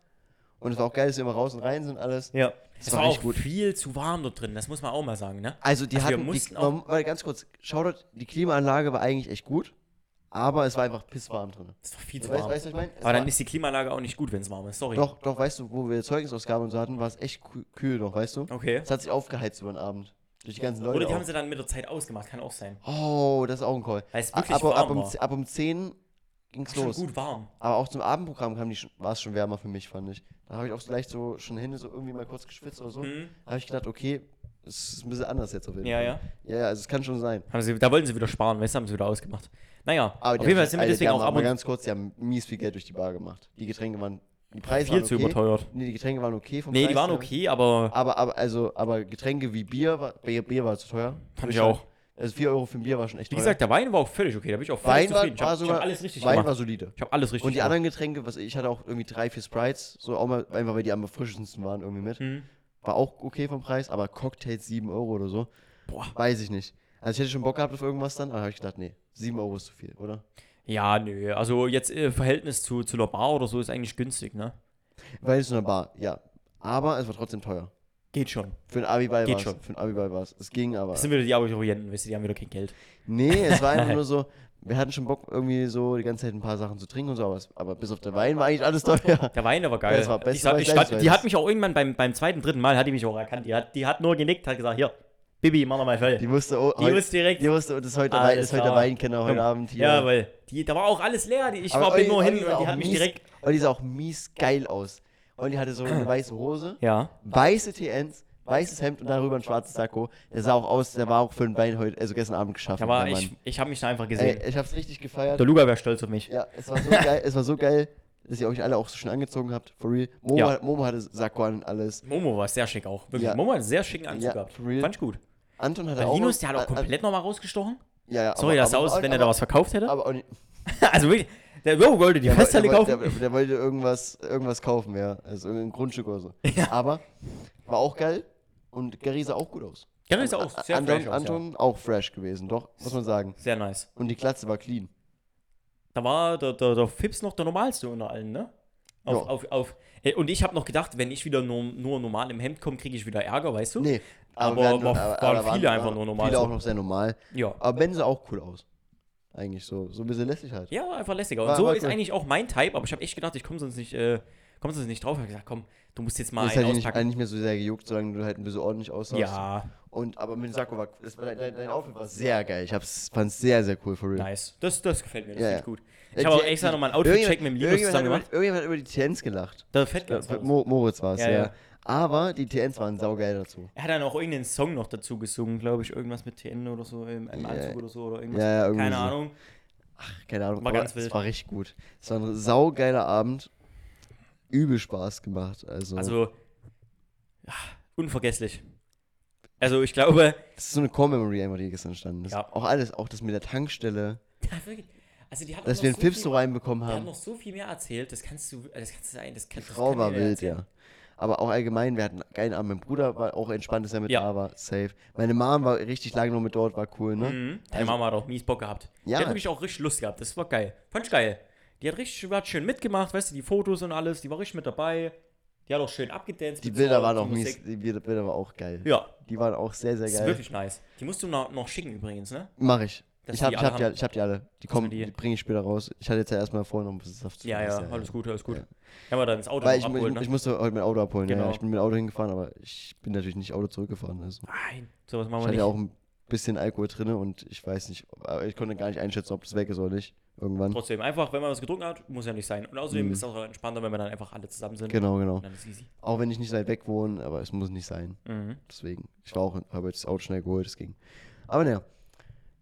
[SPEAKER 1] Und es war auch geil, dass wir immer raus und rein sind und alles.
[SPEAKER 2] ja.
[SPEAKER 1] das
[SPEAKER 2] Es
[SPEAKER 1] war
[SPEAKER 2] war,
[SPEAKER 1] echt
[SPEAKER 2] auch
[SPEAKER 1] gut.
[SPEAKER 2] viel zu warm dort drin, das muss man auch mal sagen, ne?
[SPEAKER 1] Also die
[SPEAKER 2] Also wir
[SPEAKER 1] hatten, die,
[SPEAKER 2] mussten auch-
[SPEAKER 1] man, mal ganz kurz, Shoutout, die Klimaanlage war eigentlich echt gut, aber es war einfach pisswarm drin.
[SPEAKER 2] Es war viel zu
[SPEAKER 1] Weißt
[SPEAKER 2] warm.
[SPEAKER 1] weißt du, was ich meine? Es
[SPEAKER 2] aber dann
[SPEAKER 1] war-
[SPEAKER 2] ist die Klimaanlage auch nicht gut, wenn es warm ist, sorry.
[SPEAKER 1] doch, doch, weißt du, wo wir Zeugnisausgaben und so hatten, war es echt kü- kühl noch, weißt du?
[SPEAKER 2] Okay.
[SPEAKER 1] Es hat sich aufgeheizt über den Abend. Durch die ganzen Leute
[SPEAKER 2] Oder die
[SPEAKER 1] auch.
[SPEAKER 2] haben sie dann mit der Zeit ausgemacht, kann auch sein.
[SPEAKER 1] Oh, das ist auch ein Call.
[SPEAKER 2] Weil es
[SPEAKER 1] A-
[SPEAKER 2] wirklich
[SPEAKER 1] ab, ab,
[SPEAKER 2] warm
[SPEAKER 1] um,
[SPEAKER 2] war.
[SPEAKER 1] ze- ab um 10 ging's
[SPEAKER 2] Schon
[SPEAKER 1] los.
[SPEAKER 2] gut warm.
[SPEAKER 1] Aber auch zum Abendprogramm kam die schon, war es schon wärmer für mich, fand ich. Da habe ich auch gleich so schon hin, so irgendwie mal kurz geschwitzt oder so.
[SPEAKER 2] Mhm.
[SPEAKER 1] Da habe ich gedacht, okay, es ist ein bisschen anders jetzt auf jeden
[SPEAKER 2] Ja,
[SPEAKER 1] Fall.
[SPEAKER 2] ja.
[SPEAKER 1] Ja, ja, also es kann schon sein.
[SPEAKER 2] Haben sie, da wollten sie wieder sparen, weißt du, haben sie wieder ausgemacht. Naja,
[SPEAKER 1] Aber die
[SPEAKER 2] auf jeden
[SPEAKER 1] haben-
[SPEAKER 2] Fall sind wir
[SPEAKER 1] Alter, die
[SPEAKER 2] deswegen
[SPEAKER 1] haben
[SPEAKER 2] auch
[SPEAKER 1] mal
[SPEAKER 2] ab und
[SPEAKER 1] ganz kurz, die haben mies viel Geld durch die Bar gemacht. Die Getränke waren, die Preise
[SPEAKER 2] Viel
[SPEAKER 1] waren
[SPEAKER 2] zu
[SPEAKER 1] okay.
[SPEAKER 2] überteuert.
[SPEAKER 1] Nee, die Getränke waren okay vom
[SPEAKER 2] Nee, die
[SPEAKER 1] Preis
[SPEAKER 2] waren
[SPEAKER 1] her.
[SPEAKER 2] okay, aber
[SPEAKER 1] Aber, aber, also, aber Getränke wie Bier, war, Bier, Bier war zu teuer.
[SPEAKER 2] Fand ich auch.
[SPEAKER 1] Also 4 Euro für ein Bier war schon echt
[SPEAKER 2] wie
[SPEAKER 1] teuer.
[SPEAKER 2] gesagt, der Wein war auch völlig okay, da bin ich auch völlig
[SPEAKER 1] Wein war,
[SPEAKER 2] zufrieden. Ich
[SPEAKER 1] war
[SPEAKER 2] habe
[SPEAKER 1] sogar,
[SPEAKER 2] hab alles richtig
[SPEAKER 1] Wein war
[SPEAKER 2] gemacht.
[SPEAKER 1] solide.
[SPEAKER 2] Ich habe alles richtig
[SPEAKER 1] Und die
[SPEAKER 2] gemacht.
[SPEAKER 1] anderen Getränke, was ich hatte auch irgendwie drei, vier Sprites, so auch mal, einfach weil die am erfrischendsten waren irgendwie mit.
[SPEAKER 2] Mhm.
[SPEAKER 1] War auch okay vom Preis, aber Cocktails 7 Euro oder so,
[SPEAKER 2] Boah.
[SPEAKER 1] weiß ich nicht. Also ich hätte schon Bock gehabt auf irgendwas dann, aber habe ich gedacht, nee, 7 Euro ist zu viel, oder?
[SPEAKER 2] Ja, nö. Also jetzt äh, Verhältnis zu, zu einer Bar oder so ist eigentlich günstig, ne?
[SPEAKER 1] Weil es nur eine Bar, ja. Aber es war trotzdem teuer.
[SPEAKER 2] Geht schon.
[SPEAKER 1] Für ein Abiball
[SPEAKER 2] Geht
[SPEAKER 1] war es.
[SPEAKER 2] schon.
[SPEAKER 1] Für ein Abiball war es. Es ging aber.
[SPEAKER 2] Das sind wieder die Abiturienten, weißt du, die haben wieder kein Geld.
[SPEAKER 1] Nee, es war einfach nur so, wir hatten schon Bock irgendwie so die ganze Zeit ein paar Sachen zu trinken und so, aber, es, aber bis auf der Wein war eigentlich alles teuer.
[SPEAKER 2] Der Wein, der war geil.
[SPEAKER 1] Ja, das war
[SPEAKER 2] ich
[SPEAKER 1] beste
[SPEAKER 2] sag,
[SPEAKER 1] Wein
[SPEAKER 2] ich
[SPEAKER 1] des
[SPEAKER 2] stand, die
[SPEAKER 1] Weltweites.
[SPEAKER 2] hat mich auch irgendwann beim, beim zweiten, dritten Mal, hat die mich auch erkannt. Die hat, die hat nur genickt, hat gesagt, hier, Bibi, mach nochmal voll.
[SPEAKER 1] Die wusste, oh,
[SPEAKER 2] Die wusste direkt-
[SPEAKER 1] Die wusste, oh, das ist heute, der Wein, das ist heute der
[SPEAKER 2] klar.
[SPEAKER 1] Weinkenner heute
[SPEAKER 2] Ja,
[SPEAKER 1] Abend hier.
[SPEAKER 2] Ja, weil die, da war auch alles leer. Die, ich
[SPEAKER 1] Aber
[SPEAKER 2] war bin
[SPEAKER 1] Olli-
[SPEAKER 2] nur hin
[SPEAKER 1] Olli
[SPEAKER 2] und
[SPEAKER 1] sah
[SPEAKER 2] die
[SPEAKER 1] auch
[SPEAKER 2] hat mich
[SPEAKER 1] mies-
[SPEAKER 2] direkt.
[SPEAKER 1] Olli sah auch mies geil aus. Olli hatte so eine weiße Hose,
[SPEAKER 2] Ja.
[SPEAKER 1] weiße TNs, weißes Hemd und darüber ein schwarzes Sakko. Der sah auch aus, der war auch für ein Bein heute, also gestern Abend geschafft.
[SPEAKER 2] Aber
[SPEAKER 1] mein
[SPEAKER 2] ich, ich habe mich da einfach
[SPEAKER 1] Mann.
[SPEAKER 2] gesehen.
[SPEAKER 1] Ey, ich hab's richtig gefeiert.
[SPEAKER 2] Der Luca wäre stolz auf mich.
[SPEAKER 1] Ja, es war so geil, es war so geil, dass ihr euch alle auch so schön angezogen habt, for real. Momo,
[SPEAKER 2] Ja.
[SPEAKER 1] hat- Momo hatte Sakko an und alles.
[SPEAKER 2] Momo war sehr schick auch. Wirklich.
[SPEAKER 1] Ja.
[SPEAKER 2] Momo hat einen sehr schicken Anzug
[SPEAKER 1] Ja,
[SPEAKER 2] gehabt.
[SPEAKER 1] for real.
[SPEAKER 2] Fand ich gut.
[SPEAKER 1] Anton hatte
[SPEAKER 2] Der
[SPEAKER 1] auch...
[SPEAKER 2] Linus, der hat auch
[SPEAKER 1] an- an-
[SPEAKER 2] komplett nochmal rausgestochen.
[SPEAKER 1] Ja, ja,
[SPEAKER 2] Sorry, das sah aus, wenn er da was verkauft hätte.
[SPEAKER 1] Aber auch nicht,
[SPEAKER 2] also wirklich, der Joe wollte die
[SPEAKER 1] der, wollte-
[SPEAKER 2] Festhalle
[SPEAKER 1] der, wollte-
[SPEAKER 2] kaufen.
[SPEAKER 1] der, der wollte irgendwas, irgendwas kaufen, ja. Also irgendein Grundstück oder so.
[SPEAKER 2] Ja.
[SPEAKER 1] Aber war auch geil und Gary sah auch gut aus.
[SPEAKER 2] Gary sah auch sehr
[SPEAKER 1] Anton,
[SPEAKER 2] fresh aus, ja.
[SPEAKER 1] Anton auch fresh gewesen, doch, muss man sagen.
[SPEAKER 2] Sehr nice.
[SPEAKER 1] Und die Glatze war clean.
[SPEAKER 2] Da war der, der, der Fips noch der normalste unter allen, ne? Auf,
[SPEAKER 1] Ja.
[SPEAKER 2] auf, auf. äh, Und ich habe noch gedacht, wenn ich wieder nur, nur normal im Hemd komme, kriege ich wieder Ärger, weißt du?
[SPEAKER 1] Nee.
[SPEAKER 2] Aber
[SPEAKER 1] wir hatten-
[SPEAKER 2] war- waren viele einfach nur normal
[SPEAKER 1] Viele
[SPEAKER 2] so.
[SPEAKER 1] auch noch sehr normal.
[SPEAKER 2] Ja.
[SPEAKER 1] Aber Ben sah auch cool aus. Eigentlich so. So ein bisschen lässig halt.
[SPEAKER 2] Ja, war einfach lässiger. Und
[SPEAKER 1] War-
[SPEAKER 2] so
[SPEAKER 1] war
[SPEAKER 2] ist
[SPEAKER 1] cool.
[SPEAKER 2] eigentlich auch mein Type, aber ich habe echt gedacht, ich komme sonst nicht, äh, komm sonst nicht drauf. Ich habe gesagt, komm, du musst jetzt mal
[SPEAKER 1] Das
[SPEAKER 2] einen
[SPEAKER 1] hätte ich halt nicht,
[SPEAKER 2] auspacken.
[SPEAKER 1] eigentlich nicht mehr so sehr gejuckt, solange du halt ein bisschen ordentlich aussahst.
[SPEAKER 2] ja,
[SPEAKER 1] Und, aber mit dem Sakko war, das war dein, dein Outfit war sehr geil. Ich hab's, fand's sehr, sehr cool, for real.
[SPEAKER 2] nice. Das, das gefällt mir, das
[SPEAKER 1] Ja,
[SPEAKER 2] finde
[SPEAKER 1] ja. Äh,
[SPEAKER 2] ich gut. Ich habe auch extra nochmal einen Outfit-Check mit dem Linus
[SPEAKER 1] irgendjemand
[SPEAKER 2] zusammen
[SPEAKER 1] hat über-
[SPEAKER 2] gemacht.
[SPEAKER 1] Irgendjemand hat über die TNs gelacht.
[SPEAKER 2] Da fällt mir
[SPEAKER 1] Ja, äh,
[SPEAKER 2] das aus.
[SPEAKER 1] Mo, Moritz war es,
[SPEAKER 2] Ja,
[SPEAKER 1] ja,
[SPEAKER 2] ja.
[SPEAKER 1] Aber die TNs waren saugeil dazu.
[SPEAKER 2] Er hat dann auch irgendeinen Song noch dazu gesungen, glaube ich. Irgendwas mit TN oder so, im, im
[SPEAKER 1] Ja.
[SPEAKER 2] Anzug oder so oder irgendwas.
[SPEAKER 1] Ja, ja, irgendwie
[SPEAKER 2] Keine
[SPEAKER 1] so.
[SPEAKER 2] Ahnung.
[SPEAKER 1] Keine Ahnung,
[SPEAKER 2] War
[SPEAKER 1] aber
[SPEAKER 2] ganz wild.
[SPEAKER 1] es war richtig gut. Es war ein saugeiler Abend. Übel Spaß gemacht. Also,
[SPEAKER 2] Also, ja, Oh. unvergesslich. Also, ich glaube,
[SPEAKER 1] es ist so eine Core-Memory einfach, die gestern entstanden ist.
[SPEAKER 2] Ja.
[SPEAKER 1] Auch alles, auch das mit der Tankstelle,
[SPEAKER 2] Ja, wirklich. Also die hat
[SPEAKER 1] dass
[SPEAKER 2] noch
[SPEAKER 1] wir den Pips
[SPEAKER 2] viel,
[SPEAKER 1] so reinbekommen
[SPEAKER 2] die hat
[SPEAKER 1] haben.
[SPEAKER 2] noch so viel mehr erzählt, das kannst du, das kannst du sein, das kannst du
[SPEAKER 1] Frau war wild, ja. Aber auch allgemein, wir hatten einen geilen Abend. Mein Bruder war auch entspannt, dass er mit
[SPEAKER 2] Ja.
[SPEAKER 1] da war. Safe. Meine Mom war richtig lange noch mit dort, war cool, ne?
[SPEAKER 2] Mhm. Deine Mama hat auch mies Bock gehabt.
[SPEAKER 1] Ja.
[SPEAKER 2] Die hat wirklich auch richtig Lust gehabt, das war geil. Fand ich geil. Die hat richtig, hat schön mitgemacht, weißt du, die Fotos und alles, die war richtig mit dabei. Die hat auch schön abgedanced.
[SPEAKER 1] Die
[SPEAKER 2] mit
[SPEAKER 1] Bilder
[SPEAKER 2] Frau,
[SPEAKER 1] waren
[SPEAKER 2] Oh, die
[SPEAKER 1] auch mies.
[SPEAKER 2] Musik.
[SPEAKER 1] Die Bilder Bilder waren auch geil.
[SPEAKER 2] Ja,
[SPEAKER 1] Die waren auch sehr, sehr
[SPEAKER 2] das ist
[SPEAKER 1] geil.
[SPEAKER 2] wirklich nice. Die musst du noch, noch schicken übrigens, ne?
[SPEAKER 1] Mach ich.
[SPEAKER 2] Dass
[SPEAKER 1] ich, hab,
[SPEAKER 2] die
[SPEAKER 1] ich,
[SPEAKER 2] alle
[SPEAKER 1] hab die,
[SPEAKER 2] haben-
[SPEAKER 1] alle- ich hab die alle. Die kommen,
[SPEAKER 2] die-
[SPEAKER 1] die bringe ich später raus. Ich hatte jetzt ja erstmal vor, noch ein bisschen Saft zu
[SPEAKER 2] Ja, ja,
[SPEAKER 1] trinken.
[SPEAKER 2] alles gut, alles gut. Ja. Haben wir dann ins Auto
[SPEAKER 1] Weil ich,
[SPEAKER 2] noch abholen,
[SPEAKER 1] ich, ich
[SPEAKER 2] ne?
[SPEAKER 1] musste heute mein Auto abholen. Ja,
[SPEAKER 2] Genau.
[SPEAKER 1] ja, ich bin mit dem Auto hingefahren, aber ich bin natürlich nicht Auto zurückgefahren. Also.
[SPEAKER 2] Nein, sowas
[SPEAKER 1] Ich
[SPEAKER 2] machen wir
[SPEAKER 1] hatte
[SPEAKER 2] nicht.
[SPEAKER 1] ja auch ein bisschen Alkohol drin und ich weiß nicht, ob- aber ich konnte gar nicht einschätzen, ob das weg ist oder nicht. Irgendwann.
[SPEAKER 2] Trotzdem, einfach, wenn man was getrunken hat, muss ja nicht sein. Und außerdem ist es auch entspannter, wenn wir dann einfach alle zusammen sind.
[SPEAKER 1] Mhm. Genau, genau.
[SPEAKER 2] Und dann ist easy.
[SPEAKER 1] Auch wenn ich nicht weit weg wohne, aber es muss nicht sein.
[SPEAKER 2] Mhm.
[SPEAKER 1] Deswegen. Ich war auch, habe jetzt das Auto schnell geholt, es ging. Aber naja,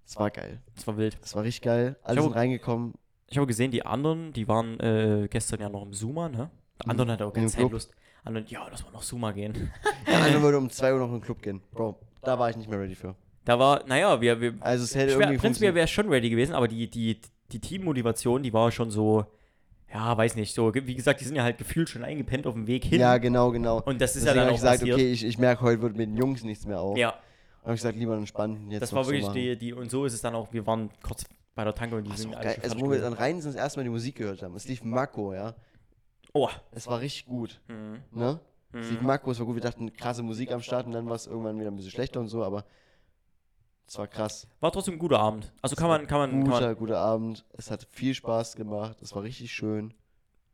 [SPEAKER 1] es war geil.
[SPEAKER 2] Das war wild.
[SPEAKER 1] Es war richtig geil. Alle
[SPEAKER 2] hab-
[SPEAKER 1] sind reingekommen.
[SPEAKER 2] Ich habe gesehen, die anderen, die waren äh, gestern ja noch im Zuma, ne? Der Andon hatte
[SPEAKER 1] Mhm.
[SPEAKER 2] auch
[SPEAKER 1] In
[SPEAKER 2] keine
[SPEAKER 1] dem
[SPEAKER 2] Zeit
[SPEAKER 1] Club.
[SPEAKER 2] Lust. Andon, ja, lass mal noch Zuma gehen.
[SPEAKER 1] Der andere würde um 2 Uhr noch in den Club gehen. Bro, da war ich nicht mehr ready für.
[SPEAKER 2] Da war, naja, wir, wir
[SPEAKER 1] Also es hätte
[SPEAKER 2] ich
[SPEAKER 1] irgendwie
[SPEAKER 2] wär, prinzipiell
[SPEAKER 1] funktioniert.
[SPEAKER 2] wäre schon ready gewesen, aber die, die, die Teammotivation, die war schon so, ja, weiß nicht, so, wie gesagt, die sind ja halt gefühlt schon eingepennt auf dem Weg hin.
[SPEAKER 1] Ja, genau, genau.
[SPEAKER 2] Und das ist ja
[SPEAKER 1] Deswegen
[SPEAKER 2] dann
[SPEAKER 1] hab
[SPEAKER 2] auch
[SPEAKER 1] ich gesagt,
[SPEAKER 2] passiert.
[SPEAKER 1] okay, ich, ich merke, heute wird mit den Jungs nichts mehr auf.
[SPEAKER 2] ja,
[SPEAKER 1] Habe ich gesagt, lieber entspannen. Jetzt
[SPEAKER 2] das
[SPEAKER 1] genau. noch
[SPEAKER 2] war
[SPEAKER 1] so
[SPEAKER 2] wirklich
[SPEAKER 1] machen.
[SPEAKER 2] die, die, und so ist es dann auch, wir waren kurz bei der Tanke und die
[SPEAKER 1] Das ist
[SPEAKER 2] sind
[SPEAKER 1] auch
[SPEAKER 2] alle
[SPEAKER 1] geil.
[SPEAKER 2] schon
[SPEAKER 1] Also,
[SPEAKER 2] fertig
[SPEAKER 1] wo wir dann
[SPEAKER 2] gewesen.
[SPEAKER 1] rein sind, das erste Mal die Musik gehört haben. Es lief Mako, ja.
[SPEAKER 2] Oh,
[SPEAKER 1] Es war richtig gut.
[SPEAKER 2] mhm.
[SPEAKER 1] Ne? Es lief Mako, es war gut. Wir dachten, krasse Musik am Start und dann war es irgendwann wieder ein bisschen schlechter und so, aber es war krass.
[SPEAKER 2] war trotzdem ein guter Abend. Also kann man, kann man, kann man
[SPEAKER 1] Guter, guter Abend. Es hat viel Spaß gemacht. Es war richtig schön.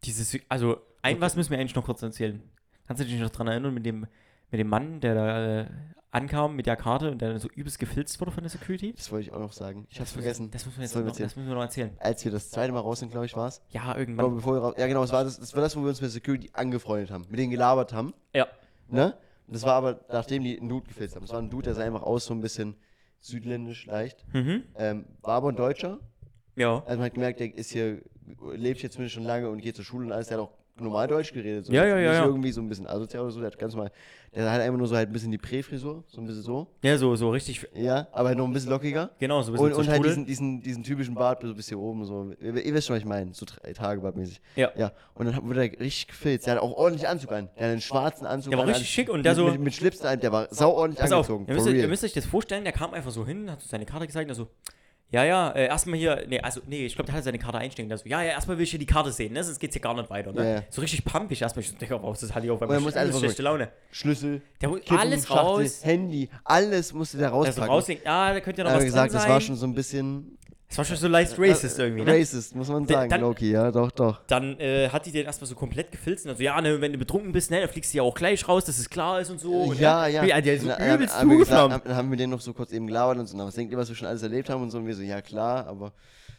[SPEAKER 2] Dieses, also, ein was müssen wir eigentlich noch kurz erzählen. Kannst du dich noch dran erinnern mit dem, mit dem Mann, der da äh, ankam mit der Karte und der dann so übelst gefilzt wurde von der Security?
[SPEAKER 1] Das wollte ich auch noch sagen. Ich hab's
[SPEAKER 2] muss-
[SPEAKER 1] vergessen.
[SPEAKER 2] Das müssen wir jetzt
[SPEAKER 1] Sollen wir
[SPEAKER 2] noch, das müssen wir noch erzählen.
[SPEAKER 1] Als wir das zweite Mal raus sind, glaube ich, war es.
[SPEAKER 2] Ja,
[SPEAKER 1] Aber
[SPEAKER 2] irgendwann.
[SPEAKER 1] bevor wir raus, ja genau, es war das, das war das, wo wir uns mit Security angefreundet haben, mit denen gelabert haben,
[SPEAKER 2] Ja,
[SPEAKER 1] ne? Und das war aber, nachdem die einen Dude gefilzt haben. Das war ein Dude, der sah einfach aus, so ein bisschen südländisch leicht.
[SPEAKER 2] mhm.
[SPEAKER 1] Ähm, war aber ein Deutscher.
[SPEAKER 2] ja.
[SPEAKER 1] Also man hat gemerkt, der ist hier, lebt hier zumindest schon lange und geht zur Schule und alles. Der hat auch normal Deutsch geredet. So.
[SPEAKER 2] Ja, ja,
[SPEAKER 1] Nicht
[SPEAKER 2] ja, ja.
[SPEAKER 1] irgendwie so ein bisschen asozial oder so. Der hat ganz normal, der hat einfach nur so halt ein bisschen die Prä-Frisur, so ein bisschen so.
[SPEAKER 2] Ja, so, so richtig,
[SPEAKER 1] Ja, aber halt noch ein bisschen lockiger.
[SPEAKER 2] genau, so ein bisschen
[SPEAKER 1] Und,
[SPEAKER 2] zur
[SPEAKER 1] und halt
[SPEAKER 2] Strudel.
[SPEAKER 1] diesen, diesen, diesen typischen Bart bis bis hier oben so. Ihr, ihr wisst schon, was ich meine. So drei Tage bartmäßig.
[SPEAKER 2] Ja.
[SPEAKER 1] Ja. Und dann hat- wurde er richtig gefilzt. Der hat auch ordentlich Anzug an. Der hat einen schwarzen Anzug
[SPEAKER 2] Der war
[SPEAKER 1] an,
[SPEAKER 2] richtig
[SPEAKER 1] an-
[SPEAKER 2] schick und der
[SPEAKER 1] mit,
[SPEAKER 2] so-
[SPEAKER 1] Mit, mit Schlips an. Der war sau ordentlich
[SPEAKER 2] Pass auf,
[SPEAKER 1] angezogen.
[SPEAKER 2] ihr müsst,
[SPEAKER 1] for
[SPEAKER 2] ihr
[SPEAKER 1] real.
[SPEAKER 2] müsst euch das vorstellen, der kam einfach so hin, hat so seine Karte gezeigt und er so, ja, ja, äh, erstmal hier, nee, also, nee, ich glaube, der hatte seine Karte einstecken, der so, ja, ja, erstmal will ich hier die Karte sehen, ne, sonst geht's hier gar nicht weiter, ne?
[SPEAKER 1] Ja, ja.
[SPEAKER 2] So richtig pumpig erstmal, ich so, Digga, wow, das hatte ich auf
[SPEAKER 1] Und er
[SPEAKER 2] einmal
[SPEAKER 1] muss alles
[SPEAKER 2] schlechte Laune.
[SPEAKER 1] Schlüssel,
[SPEAKER 2] Der holt
[SPEAKER 1] Kippen,
[SPEAKER 2] alles
[SPEAKER 1] Schachtel,
[SPEAKER 2] raus.
[SPEAKER 1] Handy, alles musste der rauspacken.
[SPEAKER 2] Also rauslegen, ja, da könnte ja
[SPEAKER 1] Da
[SPEAKER 2] noch
[SPEAKER 1] haben
[SPEAKER 2] was
[SPEAKER 1] wir gesagt,
[SPEAKER 2] drin
[SPEAKER 1] das
[SPEAKER 2] sein.
[SPEAKER 1] war schon Äh, so ein bisschen
[SPEAKER 2] das war schon so leicht racist irgendwie, ne?
[SPEAKER 1] racist, muss man
[SPEAKER 2] Da-
[SPEAKER 1] sagen,
[SPEAKER 2] dann-
[SPEAKER 1] Loki, ja, doch, doch.
[SPEAKER 2] Dann äh, hat die den erstmal so komplett gefilzt. Also, ja, ne, wenn du betrunken bist, ne, dann fliegst du ja auch gleich raus, dass es klar ist und so. und
[SPEAKER 1] Äh, ja,
[SPEAKER 2] dann,
[SPEAKER 1] ja.
[SPEAKER 2] Wie, ah, der ist so
[SPEAKER 1] Und dann-
[SPEAKER 2] übelst
[SPEAKER 1] haben wir gesagt-
[SPEAKER 2] zugeflammt.
[SPEAKER 1] haben- Dann haben wir den noch so kurz eben gelabert und so, na, was denkt ihr, was wir schon alles erlebt haben und so, und wir so, ja klar, aber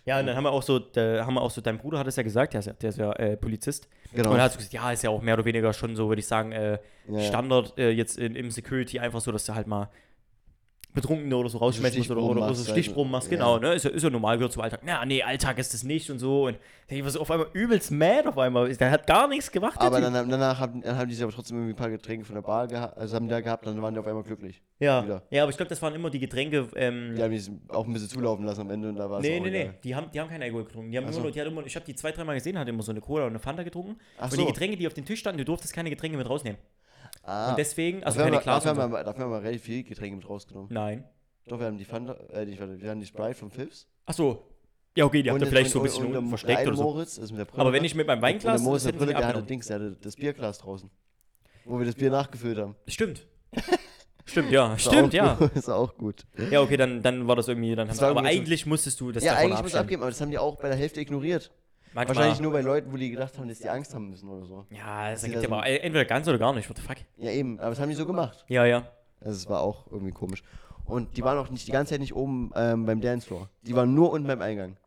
[SPEAKER 2] Ja, und dann haben wir auch so, da haben wir auch so, dein Bruder hat es ja gesagt, der ist ja, der ist ja äh, Polizist.
[SPEAKER 1] Genau.
[SPEAKER 2] Und er hat so gesagt, ja, ist ja auch mehr oder weniger schon so, würde ich sagen, äh,
[SPEAKER 1] Ja, ja.
[SPEAKER 2] Standard äh, jetzt in, im Security, einfach so, dass du halt mal Betrunkene oder so rausschmeißen musst oder, oder, oder so
[SPEAKER 1] Stichproben machst,
[SPEAKER 2] Stichproben
[SPEAKER 1] also,
[SPEAKER 2] machst, genau, ne? Ist ja, ist ja normal, gehört zum Alltag. Na, nee, Alltag ist das nicht und so. Und ich war so auf einmal übelst mad auf einmal. Der hat gar nichts gemacht. der
[SPEAKER 1] Aber
[SPEAKER 2] Typ.
[SPEAKER 1] dann, danach haben, dann haben die sich aber trotzdem irgendwie ein paar Getränke von der Bar geha also haben da gehabt, dann waren die auf einmal glücklich.
[SPEAKER 2] ja.
[SPEAKER 1] wieder.
[SPEAKER 2] ja, aber ich glaube, das waren immer die Getränke, ähm,
[SPEAKER 1] Die haben die auch ein bisschen zulaufen lassen am Ende und da war es
[SPEAKER 2] Nee,
[SPEAKER 1] Also auch
[SPEAKER 2] nee, nee.
[SPEAKER 1] egal. Also
[SPEAKER 2] Die haben, die haben keinen Alkohol getrunken. Die haben
[SPEAKER 1] Ach
[SPEAKER 2] immer
[SPEAKER 1] so.
[SPEAKER 2] nur, die hat immer, ich habe die zwei, dreimal gesehen, hat immer so eine Cola und eine Fanta getrunken.
[SPEAKER 1] Ach
[SPEAKER 2] und
[SPEAKER 1] so.
[SPEAKER 2] die Getränke, die auf dem Tisch standen, du durftest keine Getränke mit rausnehmen.
[SPEAKER 1] Ah,
[SPEAKER 2] Und deswegen, also
[SPEAKER 1] dafür, haben
[SPEAKER 2] keine
[SPEAKER 1] wir,
[SPEAKER 2] Glas.
[SPEAKER 1] dafür,
[SPEAKER 2] und
[SPEAKER 1] haben wir,
[SPEAKER 2] so.
[SPEAKER 1] aber- dafür haben wir relativ viel Getränke mit rausgenommen.
[SPEAKER 2] Nein.
[SPEAKER 1] Doch, wir haben die Fanta, äh, nicht, warte, wir haben die Sprite vom Phipps.
[SPEAKER 2] Ach so. Ja, okay, die habt ihr
[SPEAKER 1] Und-
[SPEAKER 2] vielleicht so ein
[SPEAKER 1] und-
[SPEAKER 2] bisschen
[SPEAKER 1] und der-
[SPEAKER 2] unten versteckt
[SPEAKER 1] der
[SPEAKER 2] oder so.
[SPEAKER 1] Moritz ist mit der Brille.
[SPEAKER 2] Aber wenn ich mit meinem
[SPEAKER 1] und
[SPEAKER 2] Weinglas.
[SPEAKER 1] der Moritz
[SPEAKER 2] das
[SPEAKER 1] mit der
[SPEAKER 2] hätten sie
[SPEAKER 1] Brille, der hatte
[SPEAKER 2] abgenommen.
[SPEAKER 1] Dings, der hatte das Bierglas draußen. Wo wir das Bier nachgefüllt haben.
[SPEAKER 2] Stimmt. Stimmt, ja.
[SPEAKER 1] Ist auch
[SPEAKER 2] Stimmt, ja.
[SPEAKER 1] gut, Ist auch gut.
[SPEAKER 2] Ja, okay, dann, dann war das irgendwie. Dann haben
[SPEAKER 1] Das
[SPEAKER 2] sie,
[SPEAKER 1] war
[SPEAKER 2] aber
[SPEAKER 1] irgendwie so-
[SPEAKER 2] eigentlich musstest du das
[SPEAKER 1] Ja,
[SPEAKER 2] davon
[SPEAKER 1] eigentlich muss
[SPEAKER 2] abstellen.
[SPEAKER 1] abgeben, aber das haben die auch bei der Hälfte ignoriert.
[SPEAKER 2] Manchmal,
[SPEAKER 1] Wahrscheinlich nur bei Leuten, wo die gedacht haben, dass die Angst haben müssen oder so.
[SPEAKER 2] Ja, das
[SPEAKER 1] die
[SPEAKER 2] ergibt ja
[SPEAKER 1] da so-
[SPEAKER 2] aber entweder ganz oder gar nicht. What the fuck?
[SPEAKER 1] Ja, eben, aber das haben die so gemacht.
[SPEAKER 2] Ja, ja.
[SPEAKER 1] Also es war auch irgendwie komisch. Und die waren auch nicht die ganze Zeit nicht oben ähm, beim Dancefloor. Die waren nur unten beim Eingang.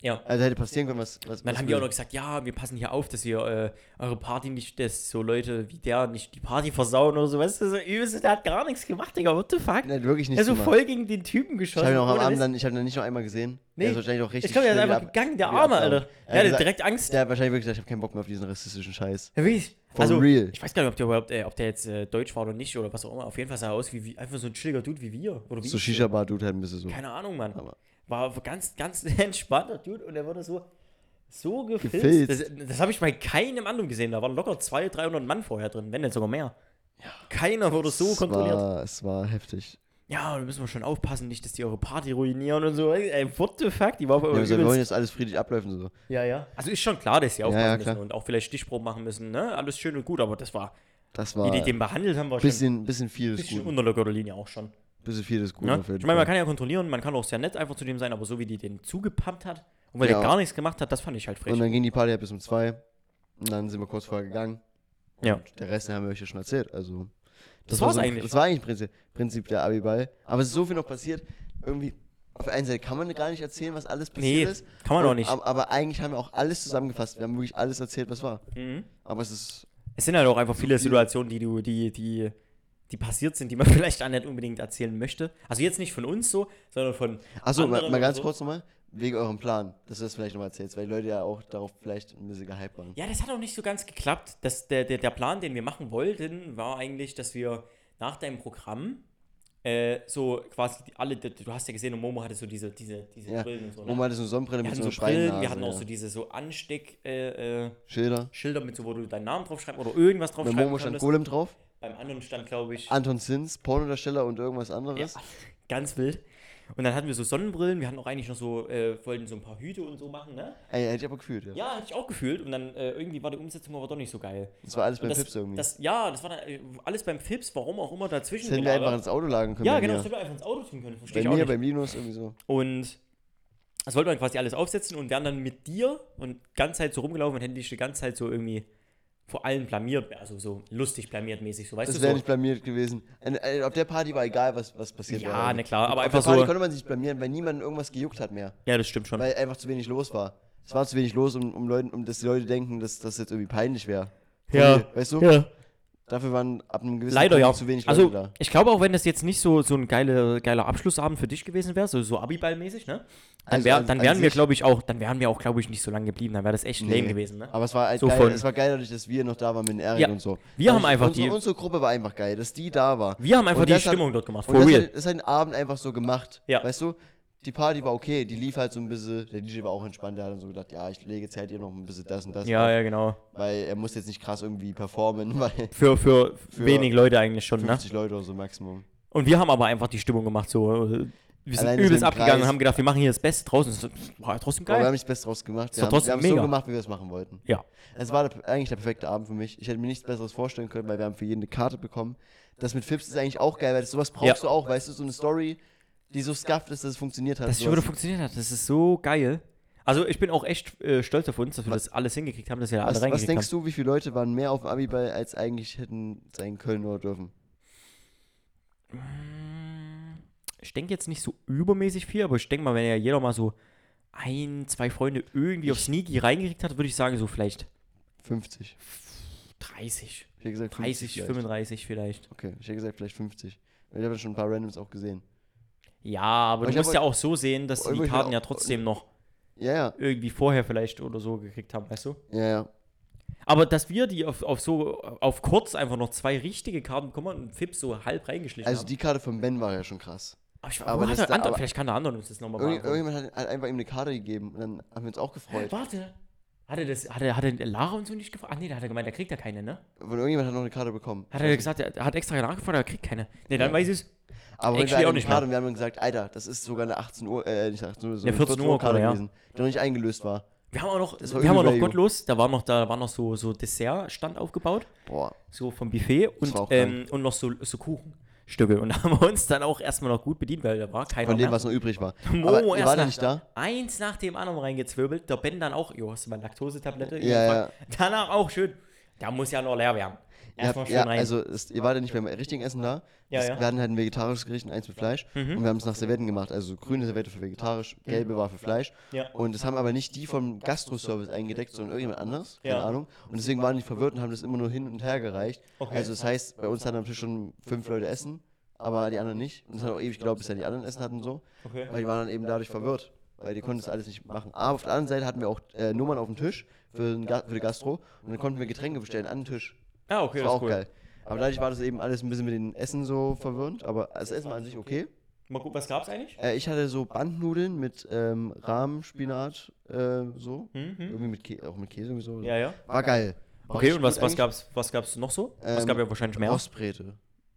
[SPEAKER 2] Ja.
[SPEAKER 1] Also hätte passieren können, was. was
[SPEAKER 2] Dann
[SPEAKER 1] was
[SPEAKER 2] haben die auch
[SPEAKER 1] will.
[SPEAKER 2] noch gesagt, ja, wir passen hier auf, dass ihr äh, eure Party nicht, dass so Leute wie der nicht die Party versauen oder so. Weißt du, so übelst, der hat gar nichts gemacht, Digga, what the fuck?
[SPEAKER 1] Der hat wirklich
[SPEAKER 2] Der
[SPEAKER 1] nichts
[SPEAKER 2] ist so
[SPEAKER 1] gemacht.
[SPEAKER 2] voll gegen den Typen
[SPEAKER 1] ich
[SPEAKER 2] geschossen.
[SPEAKER 1] habe ihn auch am
[SPEAKER 2] ohne
[SPEAKER 1] Abend
[SPEAKER 2] Witz.
[SPEAKER 1] dann, ich habe ihn dann nicht noch einmal gesehen.
[SPEAKER 2] Nee,
[SPEAKER 1] Der ist wahrscheinlich auch richtig.
[SPEAKER 2] ich glaube, der ist
[SPEAKER 1] schnell
[SPEAKER 2] einfach
[SPEAKER 1] wieder ab-
[SPEAKER 2] gegangen, der
[SPEAKER 1] wieder
[SPEAKER 2] Arme,
[SPEAKER 1] abgehauen.
[SPEAKER 2] Alter.
[SPEAKER 1] Er
[SPEAKER 2] Der
[SPEAKER 1] hat
[SPEAKER 2] hatte
[SPEAKER 1] gesagt-
[SPEAKER 2] direkt Angst.
[SPEAKER 1] Der hat wahrscheinlich wirklich gesagt, ich habe keinen Bock mehr auf diesen rassistischen Scheiß.
[SPEAKER 2] Ja, wirklich.
[SPEAKER 1] For
[SPEAKER 2] Also,
[SPEAKER 1] real.
[SPEAKER 2] ich weiß gar nicht, ob der überhaupt, äh, ob der jetzt äh, deutsch war oder nicht oder was auch immer. Auf jeden Fall sah er aus wie, wie einfach so ein chilliger Dude wie wir. Oder wie
[SPEAKER 1] So
[SPEAKER 2] ich. äh,
[SPEAKER 1] Shisha-Bar-Dude halt ein bisschen so.
[SPEAKER 2] Keine Ahnung, Mann.
[SPEAKER 1] Aber-
[SPEAKER 2] War ganz, ganz entspannter Dude und er wurde so, so gefilzt.
[SPEAKER 1] Gefilzt.
[SPEAKER 2] Das, das habe ich bei keinem anderen gesehen. Da waren locker 200, 300 Mann vorher drin, wenn denn sogar mehr. Keiner wurde so
[SPEAKER 1] es
[SPEAKER 2] kontrolliert.
[SPEAKER 1] War, es war heftig.
[SPEAKER 2] Ja, da müssen wir schon aufpassen, nicht, dass die eure Party ruinieren und so. Ey, what the fuck? Die war auf
[SPEAKER 1] Ja, wir
[SPEAKER 2] einmal
[SPEAKER 1] gesagt, wir wollen
[SPEAKER 2] übelst-
[SPEAKER 1] jetzt alles friedlich abläufen. So.
[SPEAKER 2] ja, ja. Also ist schon klar, dass die aufpassen
[SPEAKER 1] ja,
[SPEAKER 2] müssen
[SPEAKER 1] klar.
[SPEAKER 2] und auch vielleicht Stichproben machen müssen. Ne? Alles schön und gut, aber das war,
[SPEAKER 1] Das
[SPEAKER 2] wie
[SPEAKER 1] war
[SPEAKER 2] die
[SPEAKER 1] ein
[SPEAKER 2] den behandelt haben, war schon ein
[SPEAKER 1] bisschen, bisschen viel des
[SPEAKER 2] bisschen
[SPEAKER 1] Guten.
[SPEAKER 2] unter lockerer Linie auch schon.
[SPEAKER 1] Bisschen viel des Guten
[SPEAKER 2] Ne?
[SPEAKER 1] auf jeden
[SPEAKER 2] Ich meine, man
[SPEAKER 1] Fall.
[SPEAKER 2] kann ja kontrollieren, man kann auch sehr nett einfach zu dem sein, aber so wie die den zugepumpt hat und weil
[SPEAKER 1] Ja.
[SPEAKER 2] der gar nichts gemacht hat, das fand ich halt frech.
[SPEAKER 1] Und dann ging die Party ja bis um zwei. Und dann sind wir kurz vorher gegangen.
[SPEAKER 2] Ja.
[SPEAKER 1] Und der Rest den haben wir euch ja schon erzählt. Also,
[SPEAKER 2] Das
[SPEAKER 1] war
[SPEAKER 2] war's
[SPEAKER 1] so,
[SPEAKER 2] eigentlich.
[SPEAKER 1] Das war eigentlich im Prinzip, Prinzip der Abi-Ball. Aber es ist so viel noch passiert. Irgendwie, auf der einen Seite kann man gar nicht erzählen, was alles
[SPEAKER 2] Nee,
[SPEAKER 1] passiert ist.
[SPEAKER 2] kann man
[SPEAKER 1] Und-
[SPEAKER 2] auch nicht.
[SPEAKER 1] Aber, aber eigentlich haben wir auch alles zusammengefasst. Wir haben wirklich alles erzählt, was war.
[SPEAKER 2] Mhm.
[SPEAKER 1] Aber es ist.
[SPEAKER 2] Es sind halt auch einfach viele
[SPEAKER 1] viele-
[SPEAKER 2] Situationen, die du, die, die, die passiert sind, die man vielleicht auch nicht unbedingt erzählen möchte. Also jetzt nicht von uns so, sondern von.
[SPEAKER 1] Achso, mal,
[SPEAKER 2] anderen
[SPEAKER 1] mal
[SPEAKER 2] oder
[SPEAKER 1] ganz
[SPEAKER 2] so.
[SPEAKER 1] kurz nochmal. Wegen eurem Plan, dass du das vielleicht nochmal erzählst, weil die Leute ja auch darauf vielleicht ein bisschen gehypt waren.
[SPEAKER 2] Ja, das hat auch nicht so ganz geklappt. Das, der, der, der Plan, den wir machen wollten, war eigentlich, dass wir nach deinem Programm äh, so quasi die- alle, du hast ja gesehen, und Momo hatte so diese, diese, diese
[SPEAKER 1] Ja.
[SPEAKER 2] Brillen und so. ne?
[SPEAKER 1] Oma hatte so eine Sonnenbrille
[SPEAKER 2] Wir
[SPEAKER 1] mit
[SPEAKER 2] hatten
[SPEAKER 1] so
[SPEAKER 2] so
[SPEAKER 1] einer
[SPEAKER 2] Brillen, wir hatten
[SPEAKER 1] Schweinenase,
[SPEAKER 2] auch so
[SPEAKER 1] ja.
[SPEAKER 2] diese so Ansteck äh, äh,
[SPEAKER 1] Schilder.
[SPEAKER 2] Schilder mit so, wo du deinen Namen draufschreiben oder irgendwas
[SPEAKER 1] Bei
[SPEAKER 2] draufschreiben
[SPEAKER 1] Momo stand
[SPEAKER 2] konntest.
[SPEAKER 1] Golem drauf.
[SPEAKER 2] Beim anderen stand, glaube ich,
[SPEAKER 1] Anton Zins, Pornodarsteller und irgendwas anderes.
[SPEAKER 2] ja, ganz wild. Und dann hatten wir so Sonnenbrillen, wir hatten auch eigentlich noch so, äh, wollten so ein paar Hüte und so machen, ne?
[SPEAKER 1] Ey, hätte ich aber gefühlt, ja.
[SPEAKER 2] Ja, hatte ich auch gefühlt. Und dann äh, irgendwie war die Umsetzung aber doch nicht so geil.
[SPEAKER 1] Das war alles
[SPEAKER 2] Und
[SPEAKER 1] beim
[SPEAKER 2] das,
[SPEAKER 1] Pips irgendwie. Das
[SPEAKER 2] Das, ja, das war dann äh, alles beim Pips, warum auch immer dazwischen.
[SPEAKER 1] hätten wir
[SPEAKER 2] gelagert.
[SPEAKER 1] einfach ins Auto lagen können.
[SPEAKER 2] ja,
[SPEAKER 1] bei
[SPEAKER 2] genau,
[SPEAKER 1] Mir.
[SPEAKER 2] das hätten wir einfach ins Auto tun können, verstehe
[SPEAKER 1] Bei
[SPEAKER 2] ich auch
[SPEAKER 1] mir,
[SPEAKER 2] nicht.
[SPEAKER 1] bei Linus irgendwie so.
[SPEAKER 2] Und das wollte man quasi alles aufsetzen und wären dann mit dir und ganze Zeit so rumgelaufen und hätten dich die ganze Zeit so irgendwie vor allen blamiert, also so lustig blamiert mäßig, so weißt
[SPEAKER 1] Das
[SPEAKER 2] du
[SPEAKER 1] wäre
[SPEAKER 2] so.
[SPEAKER 1] nicht blamiert gewesen. An- an- Auf der Party war egal, was, was passiert
[SPEAKER 2] Ja,
[SPEAKER 1] wäre.
[SPEAKER 2] na klar, aber
[SPEAKER 1] Auf
[SPEAKER 2] einfach
[SPEAKER 1] der Party
[SPEAKER 2] so-
[SPEAKER 1] konnte man sich nicht blamieren, weil niemand irgendwas gejuckt hat mehr.
[SPEAKER 2] Ja, das stimmt schon.
[SPEAKER 1] Weil einfach zu wenig los war. Es war zu wenig los, um, um, Leuten, um dass die Leute denken, dass das jetzt irgendwie peinlich wäre.
[SPEAKER 2] ja,
[SPEAKER 1] Weißt du?
[SPEAKER 2] ja.
[SPEAKER 1] Dafür waren ab einem gewissen
[SPEAKER 2] Leider ja.
[SPEAKER 1] Punkt zu wenig Leute
[SPEAKER 2] also,
[SPEAKER 1] da.
[SPEAKER 2] ich glaube, auch wenn das jetzt nicht so, so ein geiler, geiler Abschlussabend für dich gewesen wäre, so, so Abiball-mäßig, ne? Dann,
[SPEAKER 1] Also
[SPEAKER 2] wär,
[SPEAKER 1] an-
[SPEAKER 2] dann
[SPEAKER 1] an
[SPEAKER 2] wären wir,
[SPEAKER 1] sich-
[SPEAKER 2] glaube ich, auch, dann wären wir auch, glaube ich, nicht so lange geblieben. Dann wäre das echt lame
[SPEAKER 1] Nee.
[SPEAKER 2] gewesen, ne?
[SPEAKER 1] Aber es war, halt
[SPEAKER 2] So
[SPEAKER 1] geil,
[SPEAKER 2] von-
[SPEAKER 1] es war geil, dadurch, dass wir noch da waren mit den Erik
[SPEAKER 2] Ja,
[SPEAKER 1] und so.
[SPEAKER 2] wir haben
[SPEAKER 1] Also
[SPEAKER 2] einfach
[SPEAKER 1] unsere,
[SPEAKER 2] die-
[SPEAKER 1] Unsere Gruppe war einfach geil, dass die da war.
[SPEAKER 2] Wir haben einfach
[SPEAKER 1] Und
[SPEAKER 2] die
[SPEAKER 1] das hat-
[SPEAKER 2] Stimmung dort gemacht,
[SPEAKER 1] Und
[SPEAKER 2] for
[SPEAKER 1] das,
[SPEAKER 2] real.
[SPEAKER 1] Hat, das hat den Abend einfach so gemacht.
[SPEAKER 2] Ja.
[SPEAKER 1] Weißt du, die Party war okay, die lief halt so ein bisschen. Der DJ war auch entspannt, der hat dann so gedacht, ja, ich lege jetzt halt hier noch ein bisschen das und das.
[SPEAKER 2] Ja,
[SPEAKER 1] drauf,
[SPEAKER 2] ja, genau.
[SPEAKER 1] Weil er muss jetzt nicht krass irgendwie performen, weil
[SPEAKER 2] Für, für,
[SPEAKER 1] Für
[SPEAKER 2] wenig Leute eigentlich schon, ne?
[SPEAKER 1] 50 Leute oder so Maximum.
[SPEAKER 2] Und wir haben aber einfach die Stimmung gemacht, so. äh, Wir sind
[SPEAKER 1] Allein mit
[SPEAKER 2] übelst
[SPEAKER 1] dem
[SPEAKER 2] abgegangen und
[SPEAKER 1] Preis.
[SPEAKER 2] haben gedacht, wir machen hier das Beste draußen. Das war ja trotzdem
[SPEAKER 1] Aber wir haben
[SPEAKER 2] geil.
[SPEAKER 1] nicht das Beste draus gemacht.
[SPEAKER 2] Ist
[SPEAKER 1] Wir
[SPEAKER 2] doch
[SPEAKER 1] haben es
[SPEAKER 2] trotzdem
[SPEAKER 1] so
[SPEAKER 2] mega.
[SPEAKER 1] gemacht, wie wir es machen wollten.
[SPEAKER 2] Ja.
[SPEAKER 1] Es war der, eigentlich der perfekte Abend für mich. Ich hätte mir nichts Besseres vorstellen können, weil wir haben für jeden eine Karte bekommen. Das mit Fips ist eigentlich auch geil, weil das, sowas brauchst du auch, weißt du, so eine Story, die so scuffed ist, dass es funktioniert hat.
[SPEAKER 2] Dass es schon wieder
[SPEAKER 1] sowas.
[SPEAKER 2] funktioniert hat, das ist so geil. Also ich bin auch echt äh, stolz auf uns, dass wir das alles hingekriegt haben, dass wir da alle
[SPEAKER 1] was, was
[SPEAKER 2] reingekriegt
[SPEAKER 1] denkst
[SPEAKER 2] haben.
[SPEAKER 1] du, wie viele Leute waren mehr auf dem Abiball, als eigentlich hätten sein können oder dürfen?
[SPEAKER 2] Ich denke jetzt nicht so übermäßig viel, aber ich denke mal, wenn ja jeder mal so ein, zwei Freunde irgendwie auf Sneaky reingekriegt hat, würde ich sagen, so vielleicht
[SPEAKER 1] 50.
[SPEAKER 2] 30,
[SPEAKER 1] Ich hätte gesagt
[SPEAKER 2] 30,
[SPEAKER 1] 50 vielleicht.
[SPEAKER 2] 35 vielleicht.
[SPEAKER 1] Okay, ich hätte gesagt vielleicht 50. Ich habe ja schon ein paar Randoms auch gesehen.
[SPEAKER 2] Ja, aber halt
[SPEAKER 1] Aber
[SPEAKER 2] du
[SPEAKER 1] ich
[SPEAKER 2] musst
[SPEAKER 1] hab
[SPEAKER 2] ja auch so sehen, dass die
[SPEAKER 1] irgendwo-
[SPEAKER 2] die
[SPEAKER 1] ich
[SPEAKER 2] Karten
[SPEAKER 1] hab-
[SPEAKER 2] ja trotzdem noch
[SPEAKER 1] Ja, ja,
[SPEAKER 2] irgendwie vorher vielleicht oder so gekriegt haben, weißt du?
[SPEAKER 1] ja, ja.
[SPEAKER 2] Aber dass wir die auf, auf so auf kurz einfach noch zwei richtige Karten bekommen haben und Fips so halb reingeschlichen
[SPEAKER 1] Also
[SPEAKER 2] haben.
[SPEAKER 1] die Karte von Ben war ja schon krass.
[SPEAKER 2] aber ich,
[SPEAKER 1] aber
[SPEAKER 2] aber
[SPEAKER 1] das-
[SPEAKER 2] hat der andere,
[SPEAKER 1] aber-
[SPEAKER 2] vielleicht kann der andere uns das nochmal
[SPEAKER 1] Irgend,
[SPEAKER 2] beantworten.
[SPEAKER 1] irgendjemand hat, hat einfach ihm eine Karte gegeben und dann haben wir uns auch gefreut.
[SPEAKER 2] Warte. Hat er das, hat er, hat er Lara und so nicht gefragt? Ach nee, da hat er gemeint, da kriegt er keine, ne?
[SPEAKER 1] Und irgendjemand hat noch eine Karte bekommen.
[SPEAKER 2] Hat er gesagt, er hat extra nachgefragt, er kriegt keine. Ne, dann
[SPEAKER 1] Ja.
[SPEAKER 2] weiß ich es.
[SPEAKER 1] Aber wenn wir
[SPEAKER 2] Actually
[SPEAKER 1] eine
[SPEAKER 2] auch nicht
[SPEAKER 1] Karte und wir haben dann gesagt, Alter, das ist sogar eine 18 Uhr, äh, nicht 18 Uhr, sondern
[SPEAKER 2] Eine 14 Uhr
[SPEAKER 1] Karte
[SPEAKER 2] Uhr, ja.
[SPEAKER 1] gewesen, die noch nicht eingelöst war.
[SPEAKER 2] Wir haben auch
[SPEAKER 1] war
[SPEAKER 2] noch, wir haben auch noch
[SPEAKER 1] Übervalue.
[SPEAKER 2] gottlos, da war noch, da war noch so, so Dessertstand aufgebaut,
[SPEAKER 1] Boah,
[SPEAKER 2] so vom Buffet und,
[SPEAKER 1] war auch geil.
[SPEAKER 2] ähm, und noch so, so Kuchenstücke. Und da haben wir uns dann auch erstmal noch gut bedient, weil da war keiner
[SPEAKER 1] von dem,
[SPEAKER 2] mehr.
[SPEAKER 1] was noch übrig war.
[SPEAKER 2] Mo
[SPEAKER 1] Aber ihr wart
[SPEAKER 2] erst
[SPEAKER 1] ja
[SPEAKER 2] nach-
[SPEAKER 1] nicht da?
[SPEAKER 2] Eins nach dem anderen reingezwirbelt. Der Ben dann auch, jo, hast du mal Laktosetablette?
[SPEAKER 1] Ja,
[SPEAKER 2] gepackt? Danach auch schön. Da muss ja noch leer werden.
[SPEAKER 1] Ihr
[SPEAKER 2] Erstmal
[SPEAKER 1] habt,
[SPEAKER 2] schön
[SPEAKER 1] ja,
[SPEAKER 2] rein.
[SPEAKER 1] also es, ihr wart ja nicht beim richtigen Essen da.
[SPEAKER 2] Ja,
[SPEAKER 1] es,
[SPEAKER 2] ja. Mhm.
[SPEAKER 1] Wir hatten halt ein vegetarisches Gericht und eins mit Fleisch. Und wir haben es nach Servetten gemacht. Also grüne Servette für vegetarisch, gelbe war für Fleisch.
[SPEAKER 2] Ja.
[SPEAKER 1] Und das haben aber nicht die vom Gastroservice eingedeckt, sondern irgendjemand anders. Keine
[SPEAKER 2] Ja.
[SPEAKER 1] Ahnung. Und deswegen waren die verwirrt und haben das immer nur hin und her gereicht.
[SPEAKER 2] Okay.
[SPEAKER 1] Also das heißt, bei uns hatten am Tisch schon fünf Leute Essen, aber die anderen nicht. Und es hat auch ewig gedauert, bis dann die anderen Essen hatten und so.
[SPEAKER 2] Okay.
[SPEAKER 1] Weil die waren dann eben dadurch verwirrt, weil die konnten das alles nicht machen. Aber auf der anderen Seite hatten wir auch äh, Nummern auf dem Tisch für, den Ga für die Gastro und dann konnten wir Getränke bestellen an den Tisch.
[SPEAKER 2] ah, okay,
[SPEAKER 1] Das
[SPEAKER 2] das
[SPEAKER 1] war
[SPEAKER 2] ist
[SPEAKER 1] auch
[SPEAKER 2] cool.
[SPEAKER 1] geil. Aber dadurch war das eben alles ein bisschen mit den Essen so verwirrend, aber das Essen war an sich okay.
[SPEAKER 2] Mal gucken, was gab's eigentlich?
[SPEAKER 1] Äh, ich hatte so Bandnudeln mit ähm, Rahmspinat, äh, so.
[SPEAKER 2] Mhm.
[SPEAKER 1] Irgendwie mit Käse, auch mit Käse irgendwie so.
[SPEAKER 2] Ja, ja.
[SPEAKER 1] War geil. War
[SPEAKER 2] Okay,
[SPEAKER 1] richtig
[SPEAKER 2] und was,
[SPEAKER 1] gut
[SPEAKER 2] was,
[SPEAKER 1] eigentlich.
[SPEAKER 2] gab's, was gab's noch so? es
[SPEAKER 1] Ähm,
[SPEAKER 2] gab ja wahrscheinlich mehr.
[SPEAKER 1] Rostbrete.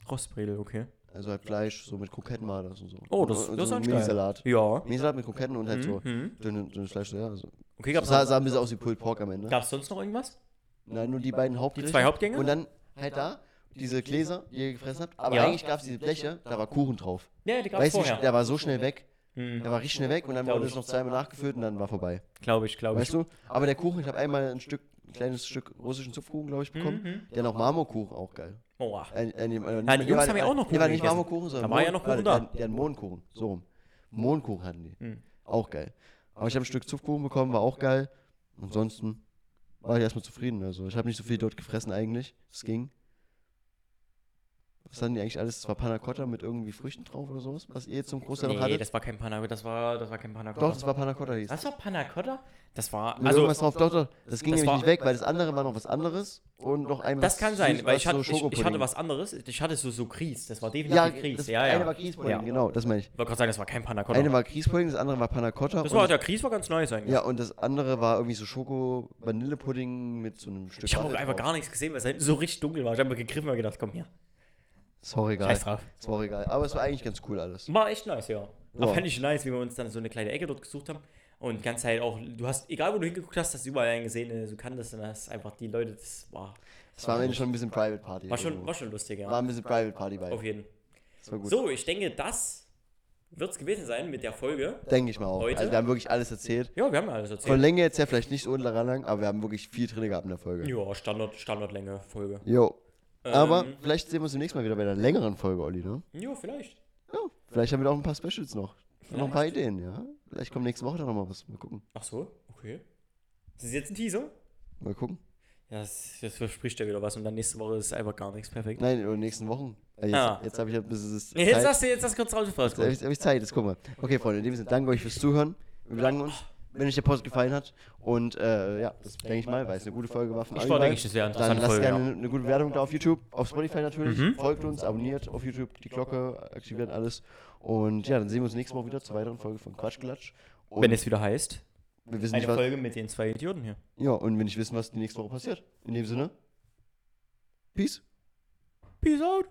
[SPEAKER 2] Rostbredel, okay.
[SPEAKER 1] Also halt Fleisch, so mit Kroketten war das und so.
[SPEAKER 2] Oh, das,
[SPEAKER 1] und, und
[SPEAKER 2] das ist
[SPEAKER 1] so
[SPEAKER 2] eigentlich geil.
[SPEAKER 1] Mini-Salat.
[SPEAKER 2] Ja.
[SPEAKER 1] Mini-Salat mit Kroketten und halt so
[SPEAKER 2] Mhm.
[SPEAKER 1] dünnes dünne Fleisch, so, ja. Also.
[SPEAKER 2] Okay,
[SPEAKER 1] Das
[SPEAKER 2] gab's,
[SPEAKER 1] sah,
[SPEAKER 2] noch,
[SPEAKER 1] sah ein bisschen aus wie Pulled Pork am Ende.
[SPEAKER 2] gab's sonst noch irgendwas?
[SPEAKER 1] Nein, nur die beiden Hauptgänge.
[SPEAKER 2] zwei Hauptgänge?
[SPEAKER 1] Und dann halt da diese Gläser, die ihr gefressen habt. Aber
[SPEAKER 2] Ja.
[SPEAKER 1] eigentlich gab es diese Bleche, da war Kuchen drauf.
[SPEAKER 2] Ja, die gab's
[SPEAKER 1] Weißt du, wie sch-
[SPEAKER 2] vorher.
[SPEAKER 1] der war so schnell weg.
[SPEAKER 2] Mhm.
[SPEAKER 1] Der war richtig schnell weg und dann
[SPEAKER 2] Glaub
[SPEAKER 1] wurde
[SPEAKER 2] ich.
[SPEAKER 1] es noch zweimal nachgefüllt und dann war vorbei.
[SPEAKER 2] Glaube ich, glaube ich.
[SPEAKER 1] Weißt du? Aber der Kuchen, ich habe einmal ein Stück, ein kleines Stück russischen Zupfkuchen, glaube ich, bekommen. Der noch Marmorkuchen, auch geil.
[SPEAKER 2] Mhm. Oh, ah.
[SPEAKER 1] Äh, äh, nee, äh, nee,
[SPEAKER 2] die Jungs
[SPEAKER 1] war-
[SPEAKER 2] haben ja auch noch
[SPEAKER 1] nee, war
[SPEAKER 2] Kuchen
[SPEAKER 1] nicht
[SPEAKER 2] gegessen.
[SPEAKER 1] Marmorkuchen, sondern
[SPEAKER 2] Da war ja
[SPEAKER 1] Mohn-
[SPEAKER 2] noch Kuchen
[SPEAKER 1] äh,
[SPEAKER 2] da.
[SPEAKER 1] Der, der Mohnkuchen, so rum. Mohnkuchen hatten die.
[SPEAKER 2] Mhm.
[SPEAKER 1] Auch geil. Aber ich habe ein Stück Zupfkuchen bekommen, war auch geil. Ansonsten war ich erstmal zufrieden. Also ich habe nicht so viel dort gefressen eigentlich. Es ging. Was hatten die eigentlich alles? Es war Panna Cotta mit irgendwie Früchten drauf oder sowas, was ihr jetzt zum Großteil noch
[SPEAKER 2] Nee,
[SPEAKER 1] hattet?
[SPEAKER 2] das war kein Panacotta. Das war, das war kein Panacotta.
[SPEAKER 1] Doch, das war Panna Cotta hieß.
[SPEAKER 2] Das war Panacotta? Das war.
[SPEAKER 1] Also,
[SPEAKER 2] Also,
[SPEAKER 1] irgendwas drauf, doch, doch. Das ging
[SPEAKER 2] das
[SPEAKER 1] nämlich
[SPEAKER 2] war-
[SPEAKER 1] nicht weg, weil das andere war noch was anderes und noch ein
[SPEAKER 2] das
[SPEAKER 1] was
[SPEAKER 2] kann sein,
[SPEAKER 1] süß,
[SPEAKER 2] weil
[SPEAKER 1] was
[SPEAKER 2] ich hatte,
[SPEAKER 1] so
[SPEAKER 2] ich, ich hatte
[SPEAKER 1] Schokopudding.
[SPEAKER 2] was anderes. Ich hatte so, so Kries. Das war
[SPEAKER 1] Ja,
[SPEAKER 2] definitiv Kries.
[SPEAKER 1] das
[SPEAKER 2] ja, ja.
[SPEAKER 1] eine war Grießpudding,
[SPEAKER 2] Ja.
[SPEAKER 1] genau, das meine ich.
[SPEAKER 2] Ich wollte gerade sagen, das war kein Panacotta.
[SPEAKER 1] Eine war Grießpudding, das andere war Panna Cotta.
[SPEAKER 2] das
[SPEAKER 1] und-
[SPEAKER 2] war, der Kries war ganz neu sein.
[SPEAKER 1] ja, und das andere war irgendwie so Schoko-Vanillepudding mit so einem Stück.
[SPEAKER 2] Ich habe auch
[SPEAKER 1] Waffel
[SPEAKER 2] einfach
[SPEAKER 1] drauf.
[SPEAKER 2] gar nichts gesehen, weil es halt so richtig dunkel war. Ich habe mir gegriffen und gedacht, komm hier.
[SPEAKER 1] Ist auch egal.
[SPEAKER 2] Scheiß drauf.
[SPEAKER 1] Ist auch egal. Aber es war eigentlich ganz cool alles.
[SPEAKER 2] War echt nice, ja. Aber
[SPEAKER 1] Ja.
[SPEAKER 2] fand ich nice, wie wir uns dann so eine kleine Ecke dort gesucht haben. Und die ganze Zeit auch, du hast, egal wo du hingeguckt hast, hast du überall einen gesehen, äh, den du kanntest. Und hast einfach die Leute, das war,
[SPEAKER 1] Es war am Ende schon ein bisschen Private Party.
[SPEAKER 2] war, schon,
[SPEAKER 1] irgendwo.
[SPEAKER 2] Also war schon lustig,
[SPEAKER 1] war
[SPEAKER 2] ja.
[SPEAKER 1] ein bisschen Private Party bei.
[SPEAKER 2] Auf jeden Fall.
[SPEAKER 1] Das war gut.
[SPEAKER 2] So, ich denke, das wird es gewesen sein mit der Folge.
[SPEAKER 1] Denke ich mal auch.
[SPEAKER 2] Heute?
[SPEAKER 1] Also wir haben wirklich alles erzählt.
[SPEAKER 2] Ja, wir haben ja alles
[SPEAKER 1] Von
[SPEAKER 2] erzählt.
[SPEAKER 1] Länge jetzt her vielleicht nicht so lang, aber wir haben wirklich viel drin gehabt in der Folge.
[SPEAKER 2] Ja, Standard, Standardlänge, Folge.
[SPEAKER 1] Jo. Aber
[SPEAKER 2] Ähm.
[SPEAKER 1] vielleicht sehen wir uns demnächst mal wieder bei einer längeren Folge, Olli, ne?
[SPEAKER 2] Ja, vielleicht.
[SPEAKER 1] Ja. Vielleicht haben wir da auch ein paar Specials noch. Noch ein paar Ideen, ja? Vielleicht kommt nächste Woche dann nochmal was. Mal gucken.
[SPEAKER 2] Ach so, okay. Ist das jetzt ein Teaser?
[SPEAKER 1] Mal gucken.
[SPEAKER 2] Ja, das, das verspricht ja wieder was und dann nächste Woche ist einfach gar nichts perfekt.
[SPEAKER 1] Nein, in den nächsten Wochen. Äh, Jetzt,
[SPEAKER 2] Ah.
[SPEAKER 1] jetzt habe ich ja ein bisschen das
[SPEAKER 2] Nee, jetzt
[SPEAKER 1] Zeit.
[SPEAKER 2] hast du jetzt das kurz
[SPEAKER 1] Jetzt habe
[SPEAKER 2] rausgebracht.
[SPEAKER 1] ich, hab ich Zeit, jetzt guck mal. Okay, Freunde, in dem Sinne, danke euch fürs Zuhören. Wir bedanken uns, wenn euch der Post gefallen hat. Und äh, ja, das denke ich mal, weil es eine gute Folge war von
[SPEAKER 2] Ich
[SPEAKER 1] allen
[SPEAKER 2] war,
[SPEAKER 1] beiden.
[SPEAKER 2] denke ich, eine sehr
[SPEAKER 1] Dann
[SPEAKER 2] interessante
[SPEAKER 1] lasst
[SPEAKER 2] Folge. Mhm.
[SPEAKER 1] gerne
[SPEAKER 2] Ja.
[SPEAKER 1] eine, eine gute Bewertung da auf YouTube, auf Spotify natürlich. Folgt uns, abonniert auf YouTube, die Glocke, aktiviert alles. Und ja, dann sehen wir uns nächste Woche wieder zur weiteren Folge von Quatschklatsch. Und
[SPEAKER 2] Wenn es wieder heißt,
[SPEAKER 1] wir wissen
[SPEAKER 2] eine
[SPEAKER 1] nicht, was,
[SPEAKER 2] Folge mit den zwei Idioten hier.
[SPEAKER 1] ja, und wenn nicht wissen, was die nächste Woche passiert. In dem Sinne, Peace.
[SPEAKER 2] Peace out.